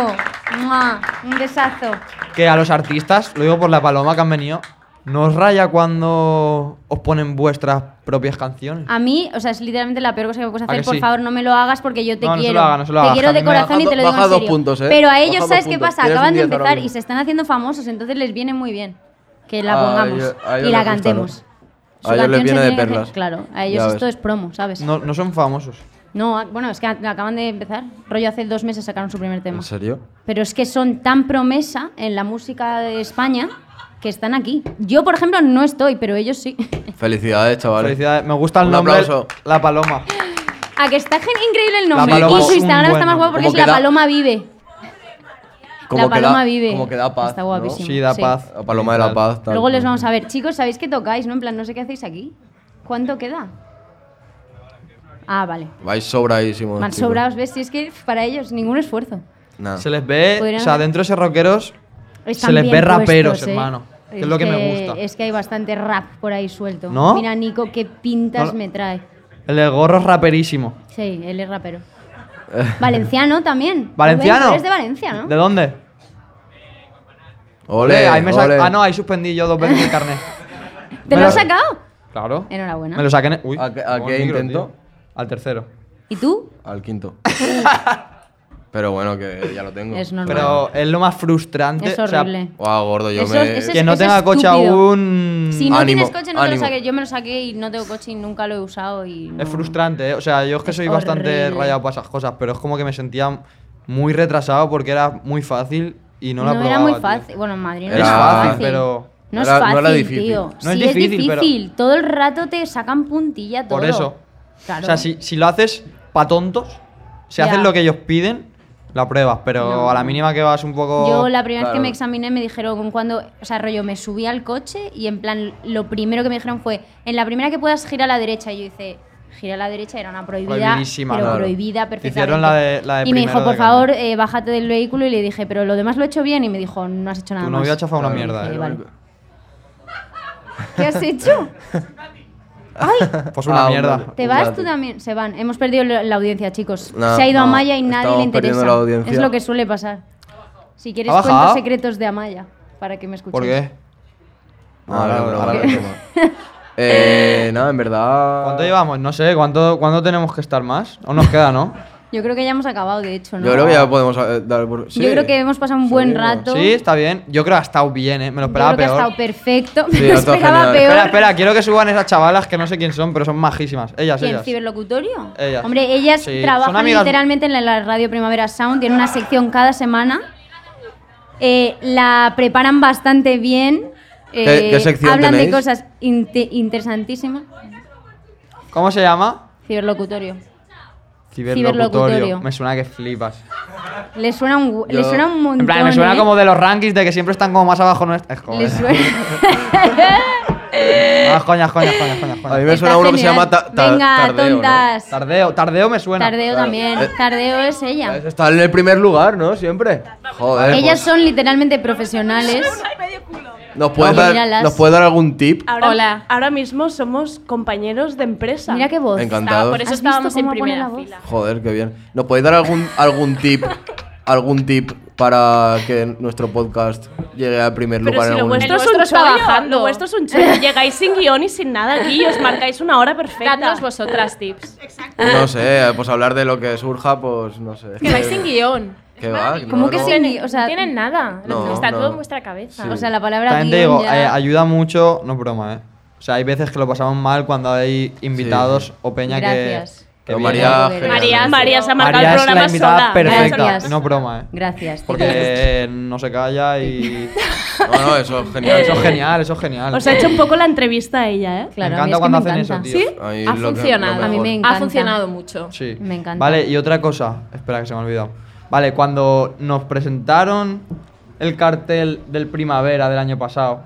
S2: Mua, Un besazo.
S4: Que a los artistas, lo digo por la paloma que han venido, ¿nos raya cuando os ponen vuestras propias canciones?
S2: A mí, o sea, es literalmente la peor cosa que me puedes
S4: ¿A
S2: hacer.
S4: que
S2: Por
S4: sí?
S2: favor, no me lo hagas porque yo te
S4: No, no se
S2: quiero.
S4: lo haga, no se lo
S2: te
S4: haga.
S2: quiero de
S4: También
S2: corazón y
S3: baja
S2: te lo
S3: do-
S2: digo en
S3: baja dos
S2: serio.
S3: puntos, ¿eh?
S2: Pero a
S3: Baja
S2: ellos,
S3: dos
S2: ¿sabes qué
S3: puntos.
S2: pasa?
S3: Tienes un
S2: Acaban de
S3: 10 ahora
S2: empezar
S3: mismo.
S2: y se están haciendo famosos, entonces les viene muy bien que la
S3: A
S2: pongamos
S3: Ah, ellos- a ellos
S2: y la
S3: les gusta,
S2: cantemos.
S3: ¿no?
S2: Su
S3: A ellos les
S2: canción se
S3: viene de
S2: tiene que hacer-
S3: perlas.
S2: Claro, a
S3: Ya
S2: ellos
S3: ves.
S2: esto es promo, ¿sabes? No.
S4: No, no son famosos.
S2: a- bueno, es que a- acaban de empezar. Rollo hace dos meses sacaron su primer tema.
S3: ¿En serio?
S2: Pero es que son tan promesa en la música de España que están aquí. Yo, por ejemplo, no estoy, pero ellos sí.
S3: Felicidades, chavales.
S4: Felicidades, me gusta el
S3: Un
S4: nombre.
S3: aplauso.
S4: La paloma.
S2: A que está gen- increíble el nombre.
S4: La paloma
S2: y su
S4: es un
S2: Instagram
S4: buen
S2: está más guapo
S3: nombre.
S2: porque es
S3: Como que
S2: La
S3: da-
S2: Paloma Vive.
S3: Como
S2: la
S3: que da-
S2: Paloma Vive.
S3: Como que da paz.
S2: Está
S3: ¿no?
S2: guapísimo.
S4: Sí, da
S2: Sí.
S4: paz.
S3: La paloma de la paz. tal.
S2: Luego les vamos a ver. Chicos, ¿sabéis qué tocáis? No, en plan, no sé qué hacéis aquí. ¿Cuánto queda? Ah, vale.
S3: Vais sobradísimos.
S2: Van
S3: chicos.
S2: sobrados, ¿ves? Si es que para ellos ningún esfuerzo.
S3: Nada.
S4: Se les ve,
S2: Podrían
S4: o sea,
S2: haber-
S4: dentro de esos rockeros
S2: Están
S4: se les
S2: bien
S4: ve raperos,
S2: puestos, ¿eh?
S4: hermano. Que es lo que, me gusta.
S2: Es que hay bastante rap por ahí suelto.
S4: ¿No?
S2: Mira, Nico, qué pintas
S4: No lo-
S2: me trae.
S4: El del gorro es raperísimo.
S2: Sí, él es rapero. Valenciano también.
S4: ¿Valenciano?
S2: Rubén, tú eres de Valencia, ¿no?
S4: ¿De dónde?
S3: Ole,
S4: ahí me sa-
S3: ole.
S4: Ah, no, ahí suspendí yo dos veces el carnet.
S2: ¿Te
S4: Me
S2: lo
S4: lo-
S2: has sacado?
S4: Claro.
S2: Enhorabuena.
S4: Me lo saqué en el- Uy,
S3: ¿A qué- a
S4: pongo
S3: qué
S4: el micro,
S3: intento?
S4: tío. Al tercero.
S2: ¿Y tú?
S3: Al quinto. Pero bueno, que ya lo tengo.
S2: Es normal.
S4: Pero es lo más frustrante.
S2: es
S4: o sea,
S2: horrible.
S3: Guau, gordo, yo
S2: Eso-
S3: me.
S2: eso es-
S4: que no
S2: es
S4: tenga coche
S2: estúpido.
S4: aún.
S2: si no
S3: ánimo,
S2: tienes coche, no te lo
S3: ánimo.
S2: saques. Yo me lo saqué y no tengo coche y nunca lo he usado. Y no-
S4: Es frustrante, ¿eh? O sea, yo es que
S2: Es
S4: soy bastante
S2: horrible.
S4: rayado para esas cosas, pero es como que me sentía muy retrasado porque era muy fácil y no
S2: No,
S4: la probaba.
S2: era muy
S4: tío.
S2: fácil. Bueno, en Madrid no
S3: Era
S2: es
S3: fácil,
S2: fácil.
S4: pero-
S2: No es
S3: No era-
S2: fácil,
S3: no era difícil.
S2: tío.
S4: No es
S2: sí
S4: difícil,
S2: es
S4: pero-
S2: difícil. Todo el rato te sacan puntilla todo.
S4: Por eso.
S2: Claro.
S4: O sea, si, si lo haces pa' tontos, si
S2: Ya.
S4: haces lo que ellos piden, la pruebas, pero
S2: No.
S4: a la mínima que vas un poco.
S2: Yo la primera vez que
S3: Claro.
S2: me examiné me dijeron cuando, o sea, rollo, me subí al coche y en plan, lo primero que me dijeron fue, en la primera que puedas gira a la derecha. Y yo hice, gira a la derecha, era una prohibida,
S4: Prohibidísima,
S2: pero
S4: claro.
S2: prohibida
S4: Te
S2: perfectamente.
S4: hicieron la de- la de
S2: y me
S4: primero
S2: dijo,
S4: de
S2: por
S4: cambio".
S2: favor, eh, bájate del vehículo. Y le dije, pero lo demás lo he hecho bien. Y me dijo, no has hecho nada
S4: tu
S2: más.
S4: novia ha chafado una
S2: Claro,
S4: mierda,
S2: sí,
S4: eh.
S3: Ah,
S2: vale. ¿Qué has hecho? ¡Ay!
S4: Pues una
S3: Ah,
S4: mierda.
S3: vale.
S2: Te
S3: Un
S2: vas
S3: rato.
S2: tú también. Se van. Hemos perdido la la audiencia, chicos.
S3: No,
S2: Se ha ido
S3: no,
S2: Amaya y nadie le
S3: estamos
S2: interesa.
S3: perdiendo la audiencia.
S2: Es lo que suele pasar. Si quieres,
S4: ¿Ha
S2: cuento
S4: bajado?
S2: secretos de Amaya para que me escuches.
S4: ¿Por qué?
S3: No, no,
S4: Ahora-
S3: no,
S4: ahora
S3: no,
S4: lo
S3: no,
S4: tomo.
S3: no. Eh, nada, en verdad.
S4: ¿Cuánto llevamos? No sé, ¿cuánto, ¿cuánto tenemos que estar más? ¿O nos queda, no?
S2: Yo creo que ya hemos acabado, de hecho, ¿no?
S3: Yo creo que ya podemos eh, dar por. Sí.
S2: Yo creo que hemos pasado un buen
S3: Seguro.
S2: rato.
S4: Sí, está bien. Yo creo que ha estado bien, ¿eh? Me lo
S2: Yo
S4: esperaba
S2: creo que ha
S4: peor.
S2: estado perfecto.
S3: Sí,
S2: me lo
S3: ha estado
S2: esperaba
S3: genial.
S2: peor.
S4: Espera, espera, quiero que suban esas chavalas que no sé quién son, pero son majísimas. Ellas,
S2: ¿Quién?
S4: ellas.
S2: ¿Ciberlocutorio?
S4: Ellas.
S2: Hombre, ellas
S4: Sí, son
S2: trabajan
S4: amigas-
S2: literalmente en la- la radio Primavera Sound, tienen una sección cada semana. Eh, la preparan bastante bien.
S3: ¿Qué-
S2: eh,
S3: qué sección
S2: Hablan
S3: tenéis?
S2: de cosas inte- interesantísimas.
S4: ¿Cómo se llama?
S2: Ciberlocutorio.
S4: Ciberlocutorio.
S2: Ciberlocutorio.
S4: Me suena que flipas.
S2: Les suena un, gu-
S3: Yo-
S2: les suena un montón.
S4: En plan, me suena
S2: ¿eh?
S4: como de los rankings de que siempre están como más abajo. No es... Eh,
S2: Les
S4: joder.
S2: suena-
S4: Ah, coñas, coñas, coñas, coñas,
S3: A mí
S4: coñas.
S3: me
S2: Está
S3: suena uno que se
S2: genial.
S3: llama ta- ta-
S2: Venga,
S3: Tardeo, ¿no?
S2: tontas.
S4: Tardeo, tardeo me suena.
S2: Tardeo también.
S3: Eh,
S2: Tardeo es ella.
S3: Está en el primer lugar, ¿no? Siempre. Joder.
S2: Ellas
S3: pues,
S2: son literalmente profesionales.
S3: ¿Nos puedes,
S2: Oye,
S3: dar,
S2: míralas.
S3: ¿Nos puedes dar algún
S2: Ah,
S3: tip?
S8: Ahora,
S9: Hola.
S8: Ahora mismo somos compañeros de empresa.
S2: Mira qué voz.
S3: Encantado.
S9: Estaba- por eso
S2: ¿Has visto
S9: estábamos en
S2: cómo pone la
S9: primera
S2: voz?
S9: fila.
S3: Joder, qué bien. ¿Nos podéis dar algún, algún tip? ¿Algún tip para que nuestro podcast llegue al primer
S8: Pero
S3: lugar
S8: si
S3: en
S8: lo
S3: algún
S8: vuestro,
S9: El
S8: es un
S9: vuestro
S8: chollo,
S9: está bajando.
S8: lo vuestro es un chollo. Llegáis sin guión y sin nada aquí y os marcáis una hora perfecta.
S9: Dadnos vosotras tips.
S3: No sé, pues hablar de lo que surja, pues no sé.
S9: Que vais sin guión.
S3: ¿Qué va?
S2: ¿Cómo que
S3: no.
S2: sin
S9: Ni-
S2: O sea,
S9: no tienen nada. Lo-
S3: No,
S9: está
S3: no.
S9: todo en vuestra cabeza.
S3: Sí.
S2: O sea, la palabra
S4: También te
S2: guión
S4: digo,
S2: ya-
S4: eh, ayuda mucho, no es broma, ¿eh? O sea, hay veces que lo pasamos mal cuando hay invitados o peña que-
S2: Gracias.
S4: que...
S3: Pero
S4: viene.
S3: María,
S2: María-
S3: genial.
S8: María se ha marcado
S4: María
S8: el
S4: es
S8: programa
S4: la invitada
S8: sola.
S4: perfecta,
S2: Gracias.
S4: no es broma, ¿eh?
S2: Gracias. te quiero.
S4: Porque no se calla y...
S3: No, no, eso es genial.
S4: Eso es genial, eso es genial.
S8: Os ha hecho un poco la entrevista a ella, ¿eh?
S2: Claro,
S4: me
S2: a mí
S4: encanta
S2: es que
S4: cuando
S2: me
S4: hacen
S2: encanta.
S4: eso, tío.
S3: Ahí
S9: ha
S3: lo que- lo
S9: funcionado.
S2: A mí me
S3: mejor.
S2: encanta.
S9: Ha funcionado mucho.
S4: Sí.
S2: Me encanta.
S4: Vale, y otra cosa. Espera, que se me ha olvidado. Vale, cuando nos presentaron el cartel del primavera del año pasado,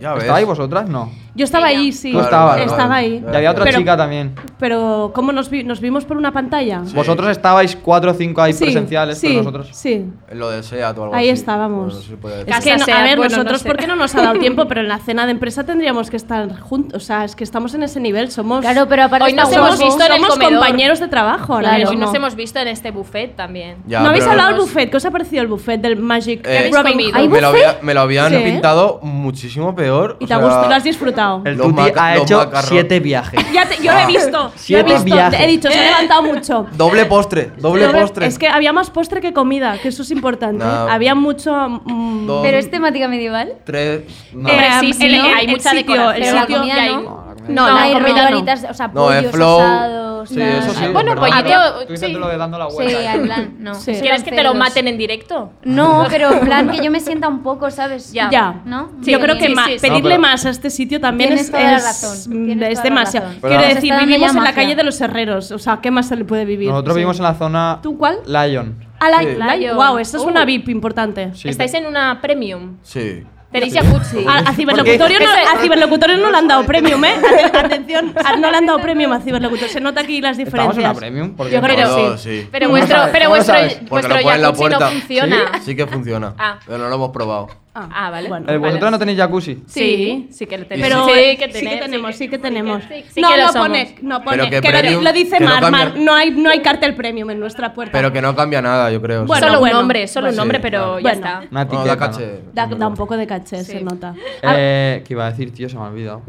S3: Ya ves.
S4: ¿Estabais vosotras? No.
S8: Yo estaba ahí, sí.
S4: Tú estabas, ¿no?
S8: Estaba ahí.
S4: Y había otra
S8: Pero-
S4: chica también.
S8: Pero, ¿cómo nos, vi- nos vimos por una pantalla?
S3: Sí.
S4: Vosotros estabais cuatro o cinco ahí
S8: Sí,
S4: presenciales,
S8: sí,
S4: pero nosotros.
S8: Sí.
S3: En lo de SEAT o algo
S8: Ahí
S3: así.
S8: estábamos.
S3: Bueno, no sé si podía decir.
S8: Es
S9: Casa
S8: que, no- a
S9: Seat,
S8: ver,
S9: bueno, no
S8: nosotros,
S9: sé.
S8: ¿por qué no nos ha dado tiempo? Pero en la cena de empresa tendríamos que estar juntos. O sea, es que estamos en ese nivel. Somos.
S2: Claro, pero aparte
S9: Hoy nos
S2: está
S9: hemos
S2: guapo.
S9: visto en el
S8: somos
S9: comedor.
S8: compañeros de trabajo
S2: Claro,
S8: ahora
S9: Claro,
S8: mismo.
S9: hoy nos
S2: no.
S9: hemos visto en este buffet también.
S3: Ya,
S8: ¿No habéis
S3: pero-
S8: hablado del buffet? ¿Qué os ha parecido el buffet del Magic
S3: Eh,
S9: habéis
S8: Robin
S9: comido?
S8: Hood?
S2: ¿Hay
S3: me, lo había- me lo habían
S8: Sí.
S3: pintado muchísimo peor.
S8: Y
S3: o
S8: te ha
S3: sea,
S8: gustado, lo has disfrutado.
S4: El
S3: Los
S4: Tuti
S3: maca-
S4: ha
S3: los
S4: hecho
S3: macarrón.
S4: siete viajes.
S8: Ya te- yo lo he visto. Yo he
S4: Siete
S8: visto.
S4: viajes.
S8: He dicho,
S2: Eh.
S8: se ha levantado mucho.
S3: Doble postre, doble
S8: Pero
S3: postre.
S8: Es que había más postre que comida, que eso es importante.
S3: No.
S8: Había mucho. mm,
S3: Dos,
S2: Pero es temática medieval.
S3: tres. no.
S9: Eh,
S8: em,
S9: sí, sí,
S8: el-
S9: hay
S8: el
S9: mucha
S8: sitio,
S9: decoración.
S8: el
S2: Pero la
S8: sitio-
S2: comida
S9: y hay-
S2: no.
S9: No,
S2: no,
S9: la
S2: hay
S9: comida no.
S2: rondanitas, o sea,
S3: No,
S2: pollos,
S3: es flow.
S2: asados.
S8: Ah,
S3: Sí, eso sí.
S2: tal.
S4: es
S9: Bueno,
S8: pues
S4: verdad.
S9: pollito,
S4: Tú diciendo
S9: sí.
S4: lo de dando la
S2: Sí,
S4: vuelta.
S2: en plan, no.
S8: Sí.
S2: eso
S9: ¿Quieres
S2: eran
S9: que te lo
S2: cerdos.
S9: maten en directo?
S2: No, pero en plan que yo me sienta un poco, ¿sabes?
S9: Ya.
S8: Ya.
S2: ¿No?
S9: Sí,
S8: yo creo que
S9: sí,
S8: ma-
S9: sí, sí.
S8: pedirle
S4: No, pero-
S8: más a este sitio también
S2: Tienes
S8: es,
S2: toda la
S8: es-
S2: razón,
S8: mm,
S2: tienes
S8: es
S2: toda la
S8: demasiado.
S2: razón.
S4: Pero-
S8: Quiero
S4: Nos
S8: decir,
S2: está dando
S8: vivimos
S2: ya
S8: en la
S2: magia.
S8: calle de los herreros. O sea, ¿qué más se le puede vivir?
S4: Nosotros vivimos en la zona
S8: ¿Tú cuál?
S4: Lion.
S8: Ah, la-
S3: Sí.
S8: la-
S9: Lion.
S8: Wow, eso es
S9: Uh.
S8: una VIP importante.
S4: Sí,
S9: Estáis en una premium.
S3: Sí.
S9: Tenéis jacuzzi. Ah,
S8: A, a ciberlocutorio no, a ciberlocutorio no le han dado premium, ¿eh? Ate- Atención, a- no le han dado premium a ciberlocutorio. Se nota aquí las
S4: ¿Estamos
S8: diferencias.
S4: en la premium? Porque
S8: Yo creo
S3: No,
S8: que
S3: no,
S8: sí.
S3: sí.
S9: Pero
S4: No
S9: vuestro,
S4: sabes,
S9: pero
S4: no
S9: vuestro,
S4: sabes.
S3: Porque
S9: vuestro
S3: lo ponen en la
S9: jacuzzi no
S3: puerta.
S9: funciona.
S3: Sí, sí que funciona.
S9: Ah.
S3: Pero no lo hemos probado.
S9: Ah, vale.
S8: Bueno.
S4: Eh, ¿Vosotros no tenéis jacuzzi?
S9: Sí, sí que lo tenemos.
S8: Pero
S9: sí, que
S8: sí que
S9: tenéis,
S8: tenemos, sí que
S9: sí
S8: tenemos.
S9: sí que- sí
S8: No,
S9: que lo
S8: no
S9: somos.
S8: pone, no pone.
S3: Pero que
S8: lo-
S3: premium,
S8: lo dice
S3: que no
S8: Mar,
S3: cambia.
S8: Mar, no hay, no hay cartel premium en nuestra puerta.
S3: Pero que no cambia nada, yo creo.
S8: Bueno,
S9: solo
S8: bueno.
S9: un nombre, solo un
S3: Sí,
S9: nombre, pero
S3: claro.
S9: ya
S8: Bueno.
S9: está.
S4: Una
S3: No,
S4: etiqueta.
S3: da
S4: ¿no?
S3: caché.
S8: Da, da un poco de caché, se
S9: Sí.
S8: nota. Ah.
S4: Eh, ¿Qué iba a decir, tío? Se me ha olvidado.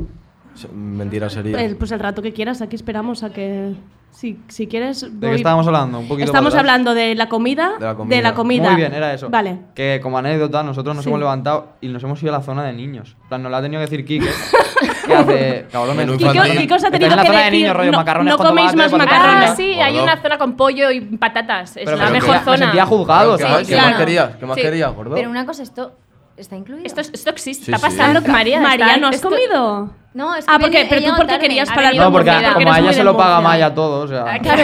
S3: Se- Mentira sería.
S8: El- pues el rato que quieras, aquí esperamos a que... Si, si quieres...
S4: ¿De
S8: voy-
S4: qué estábamos hablando? Un poquito
S8: Estamos
S4: para atrás.
S8: hablando de la comida.
S3: De la comida.
S8: comida.
S4: Muy bien, era eso.
S8: Vale.
S4: Que como anécdota, nosotros nos
S8: Sí.
S4: hemos levantado y nos hemos ido a la zona de niños. En plan, nos lo ha tenido que decir Kike. que hace. Cabrones.
S3: Menú
S8: ¿Y qué,
S3: Infantil.
S8: qué cosa ha
S4: Estáis
S8: tenido
S4: en la
S8: que
S4: zona de
S8: decir?
S4: niños, rollo
S8: no,
S4: macarrones
S8: no
S4: con
S8: coméis
S4: tomate,
S8: más
S4: patata.
S8: macarrones.
S9: Ah, sí,
S3: Por
S9: hay
S3: dos.
S9: una zona con pollo y patatas. Es
S3: Pero
S9: la
S3: me
S9: mejor
S3: sentía-
S4: Me
S9: zona.
S4: sentía juzgado,
S3: ¿Qué,
S4: sí,
S3: más-
S4: sí.
S3: qué más
S9: claro.
S3: querías? ¿Qué más
S9: Sí.
S3: querías, gordo?
S2: Pero una cosa, esto está incluido.
S9: Esto, es- esto existe,
S3: Sí,
S9: está
S3: sí.
S9: pasando. María,
S8: María,
S9: está-
S8: ¿no has
S9: esto-
S8: comido?
S2: No, es que
S8: Ah, porque,
S2: viene- he
S8: pero tú
S2: llegado
S8: porque
S2: tarde.
S8: querías
S9: Ha
S8: parar
S9: venido
S4: No, porque,
S9: Murcia,
S4: a- como
S9: eres
S4: a ella
S9: muy
S4: se
S9: de
S4: lo paga
S8: Murcia.
S4: Maya todo, o sea.
S2: Ah, Claro,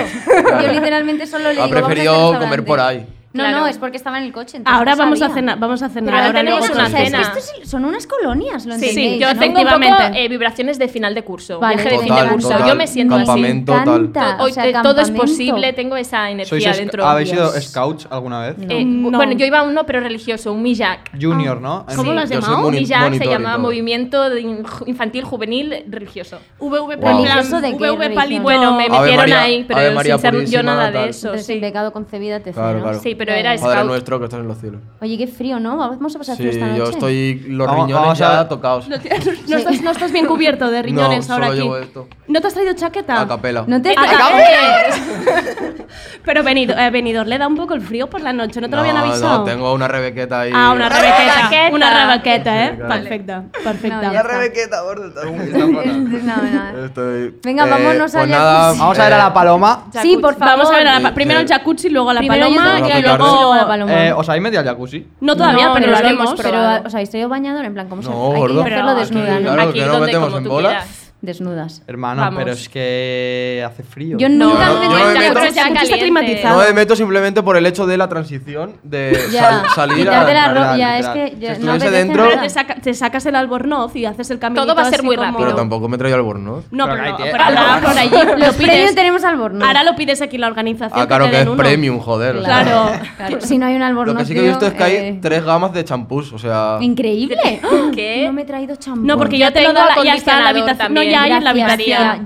S2: yo literalmente solo le
S3: Ha
S2: digo. "Vamos a este
S3: preferido comer por ahí.
S2: restaurante". No, no,
S9: Claro.
S2: es porque estaba en el coche. entonces
S8: Ahora
S2: no
S8: vamos a
S2: sabía.
S8: cenar, vamos a cenar.
S9: Pero ahora
S8: ahora luego
S9: tenemos
S8: tú
S9: una
S8: nos
S2: o sea, es que
S8: dices.
S9: cena.
S2: esto es- son unas colonias, lo
S9: Sí,
S2: entendéis.
S9: yo
S2: ¿no?
S9: tengo un poco
S2: Efectivamente.
S9: eh, vibraciones de final de curso,
S2: Vale.
S9: viaje de fin de
S3: Total,
S9: curso.
S3: total.
S9: Yo me siento así.
S3: campamento, tal.
S2: Encanta,
S9: Hoy,
S2: o sea,
S9: eh, todo es
S2: campamento.
S9: posible, tengo esa
S4: ¿Sois
S9: energía
S4: sc-
S3: ah,
S9: dentro.
S4: ¿Habéis sido
S2: Dios.
S4: scouts alguna vez?
S9: Eh,
S8: No.
S9: bu- Bueno, yo iba a uno, pero religioso, un Mijak.
S4: Junior, ¿no? En-
S8: ¿Cómo lo has
S3: Ah, Yo soy
S8: llamado?
S3: moni-
S9: Un Mijak se
S3: monitor y
S9: llamaba
S3: todo.
S9: Movimiento de in- Infantil Juvenil Religioso.
S8: VV
S3: Wow.
S2: ¿Religioso de qué
S8: VV palito.
S2: religión?
S9: Bueno, me
S3: Ave
S9: metieron
S3: María-
S9: ahí, pero
S3: Ave
S9: sin
S3: María
S9: ser yo
S3: Purísima,
S9: nada de
S3: tal.
S9: eso.
S2: Entonces,
S9: sí.
S2: sin pecado concebida te
S3: Claro,
S2: cero, ¿no?
S3: claro.
S9: Sí, pero era
S3: Padre
S9: scout.
S3: nuestro que estás en los cielos.
S2: Oye, qué frío, ¿no? Vamos a pasar
S3: Sí,
S2: frío esta noche.
S3: yo estoy los
S4: Vamos-
S3: riñones
S4: vamos
S3: ya
S4: a-
S3: tocados.
S8: No estás, no estás bien cubierto de riñones
S3: No,
S8: ahora
S3: solo
S8: aquí.
S3: llevo esto.
S8: ¿No te has traído chaqueta?
S3: A capela.
S2: No te
S8: Ah,
S2: estás...
S8: Pero venido, eh, venidor, le da un poco el frío por la noche, ¿no te lo habían avisado?
S3: No, tengo una rebequeta ahí.
S8: Ah, una rebequeta.
S9: rebequeta.
S8: Una rebequeta, ¿eh?
S3: Sí, claro.
S8: Perfecta,
S2: No,
S8: perfecta.
S2: ya-
S3: rebequeta, gordo. está muy- está fatal.
S2: No, no.
S3: Estoy-
S2: Venga, vámonos
S3: pues
S2: al
S3: nada, eh,
S2: jacuzzi.
S4: Vamos a ver a la paloma.
S2: Sí, por favor.
S8: Vamos a ver, a la pa-
S3: Sí,
S8: primero el
S3: sí.
S8: jacuzzi, luego la
S2: Primero
S8: paloma
S2: el
S3: jacuzzi,
S8: y
S3: luego la
S8: luego...
S2: paloma. Luego la paloma.
S4: Eh, ¿Os habéis metido al jacuzzi?
S8: No todavía,
S9: No,
S8: pero
S9: no
S8: lo
S9: lo hemos
S8: haremos.
S2: Pero,
S9: probado.
S2: o sea, estoy yo bañador, en plan, ¿cómo se
S3: No,
S2: Hay
S3: gordo.
S2: que hacerlo
S8: Pero
S2: desnuda, ¿no?
S3: Claro,
S9: Aquí
S3: que no
S9: donde
S3: metemos
S9: como
S3: en
S9: tú
S3: bola.
S9: quieras.
S2: Desnudas.
S4: Hermano,
S9: Vamos.
S4: pero es que hace frío.
S2: Yo
S9: No,
S2: nunca
S3: no,
S2: me
S3: yo
S2: meto
S3: me
S2: en
S3: meto-
S2: jacuzzi.
S8: Está climatizado.
S3: No me meto simplemente por el hecho de la transición de
S2: Ya,
S3: Eh, sal- salir a.
S2: quitarte la
S4: Literal,
S2: ropa, ya, es
S4: literal.
S2: que
S4: Si
S2: ya no
S3: estuviese
S2: apetece
S3: dentro-
S8: Pero
S2: nada.
S8: te, saca- te sacas el albornoz y haces el camino.
S9: Todo va a ser muy rápido.
S3: Pero tampoco me he traído albornoz.
S8: No,
S4: Pero
S8: pero,
S4: ahí
S8: no,
S4: tiene-
S8: pero ahora por allí lo
S2: Los premios
S8: pides.
S2: tenemos albornoz.
S8: Ahora lo pides aquí en la organización.
S3: Ah, claro
S8: te
S3: que
S8: den
S3: es
S8: uno.
S3: premium, joder. o sea.
S8: Claro.
S2: Claro, Si no hay un albornoz,
S3: Lo que sí que he visto
S2: tío,
S3: es que hay
S2: eh,
S3: tres gamas de champús, o sea.
S2: Increíble.
S9: ¿Qué?
S2: No me he traído champú.
S8: No, porque
S9: Yo
S8: ya te lo
S9: tengo
S8: da la, ya está en
S9: acondicionador
S8: la habitación.
S9: también,
S8: No, ya hay en la
S2: Gracias,
S8: habitación.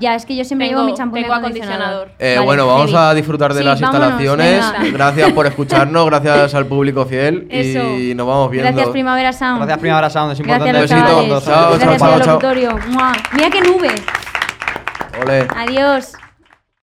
S2: Ya, ya, es que yo siempre
S9: Tengo-
S2: llevo mi champú y
S9: tengo
S2: mi acondicionador.
S9: acondicionador.
S3: Eh,
S2: Vale,
S3: bueno, vamos
S2: heavy.
S3: a disfrutar de
S2: Sí,
S3: las
S2: vámonos,
S3: instalaciones.
S2: venga.
S3: Gracias por escucharnos, gracias al público fiel y
S2: Eso.
S3: nos vamos viendo.
S2: Gracias, Primavera Sound.
S4: Gracias, Primavera Sound, es
S2: Gracias
S4: importante.
S2: a los
S3: Besito.
S2: chavales.
S3: Chao, chao,
S2: Gracias
S3: chao,
S2: al
S3: chao.
S2: locutorio. Mua. Mira qué nube.
S3: Ole.
S2: Adiós.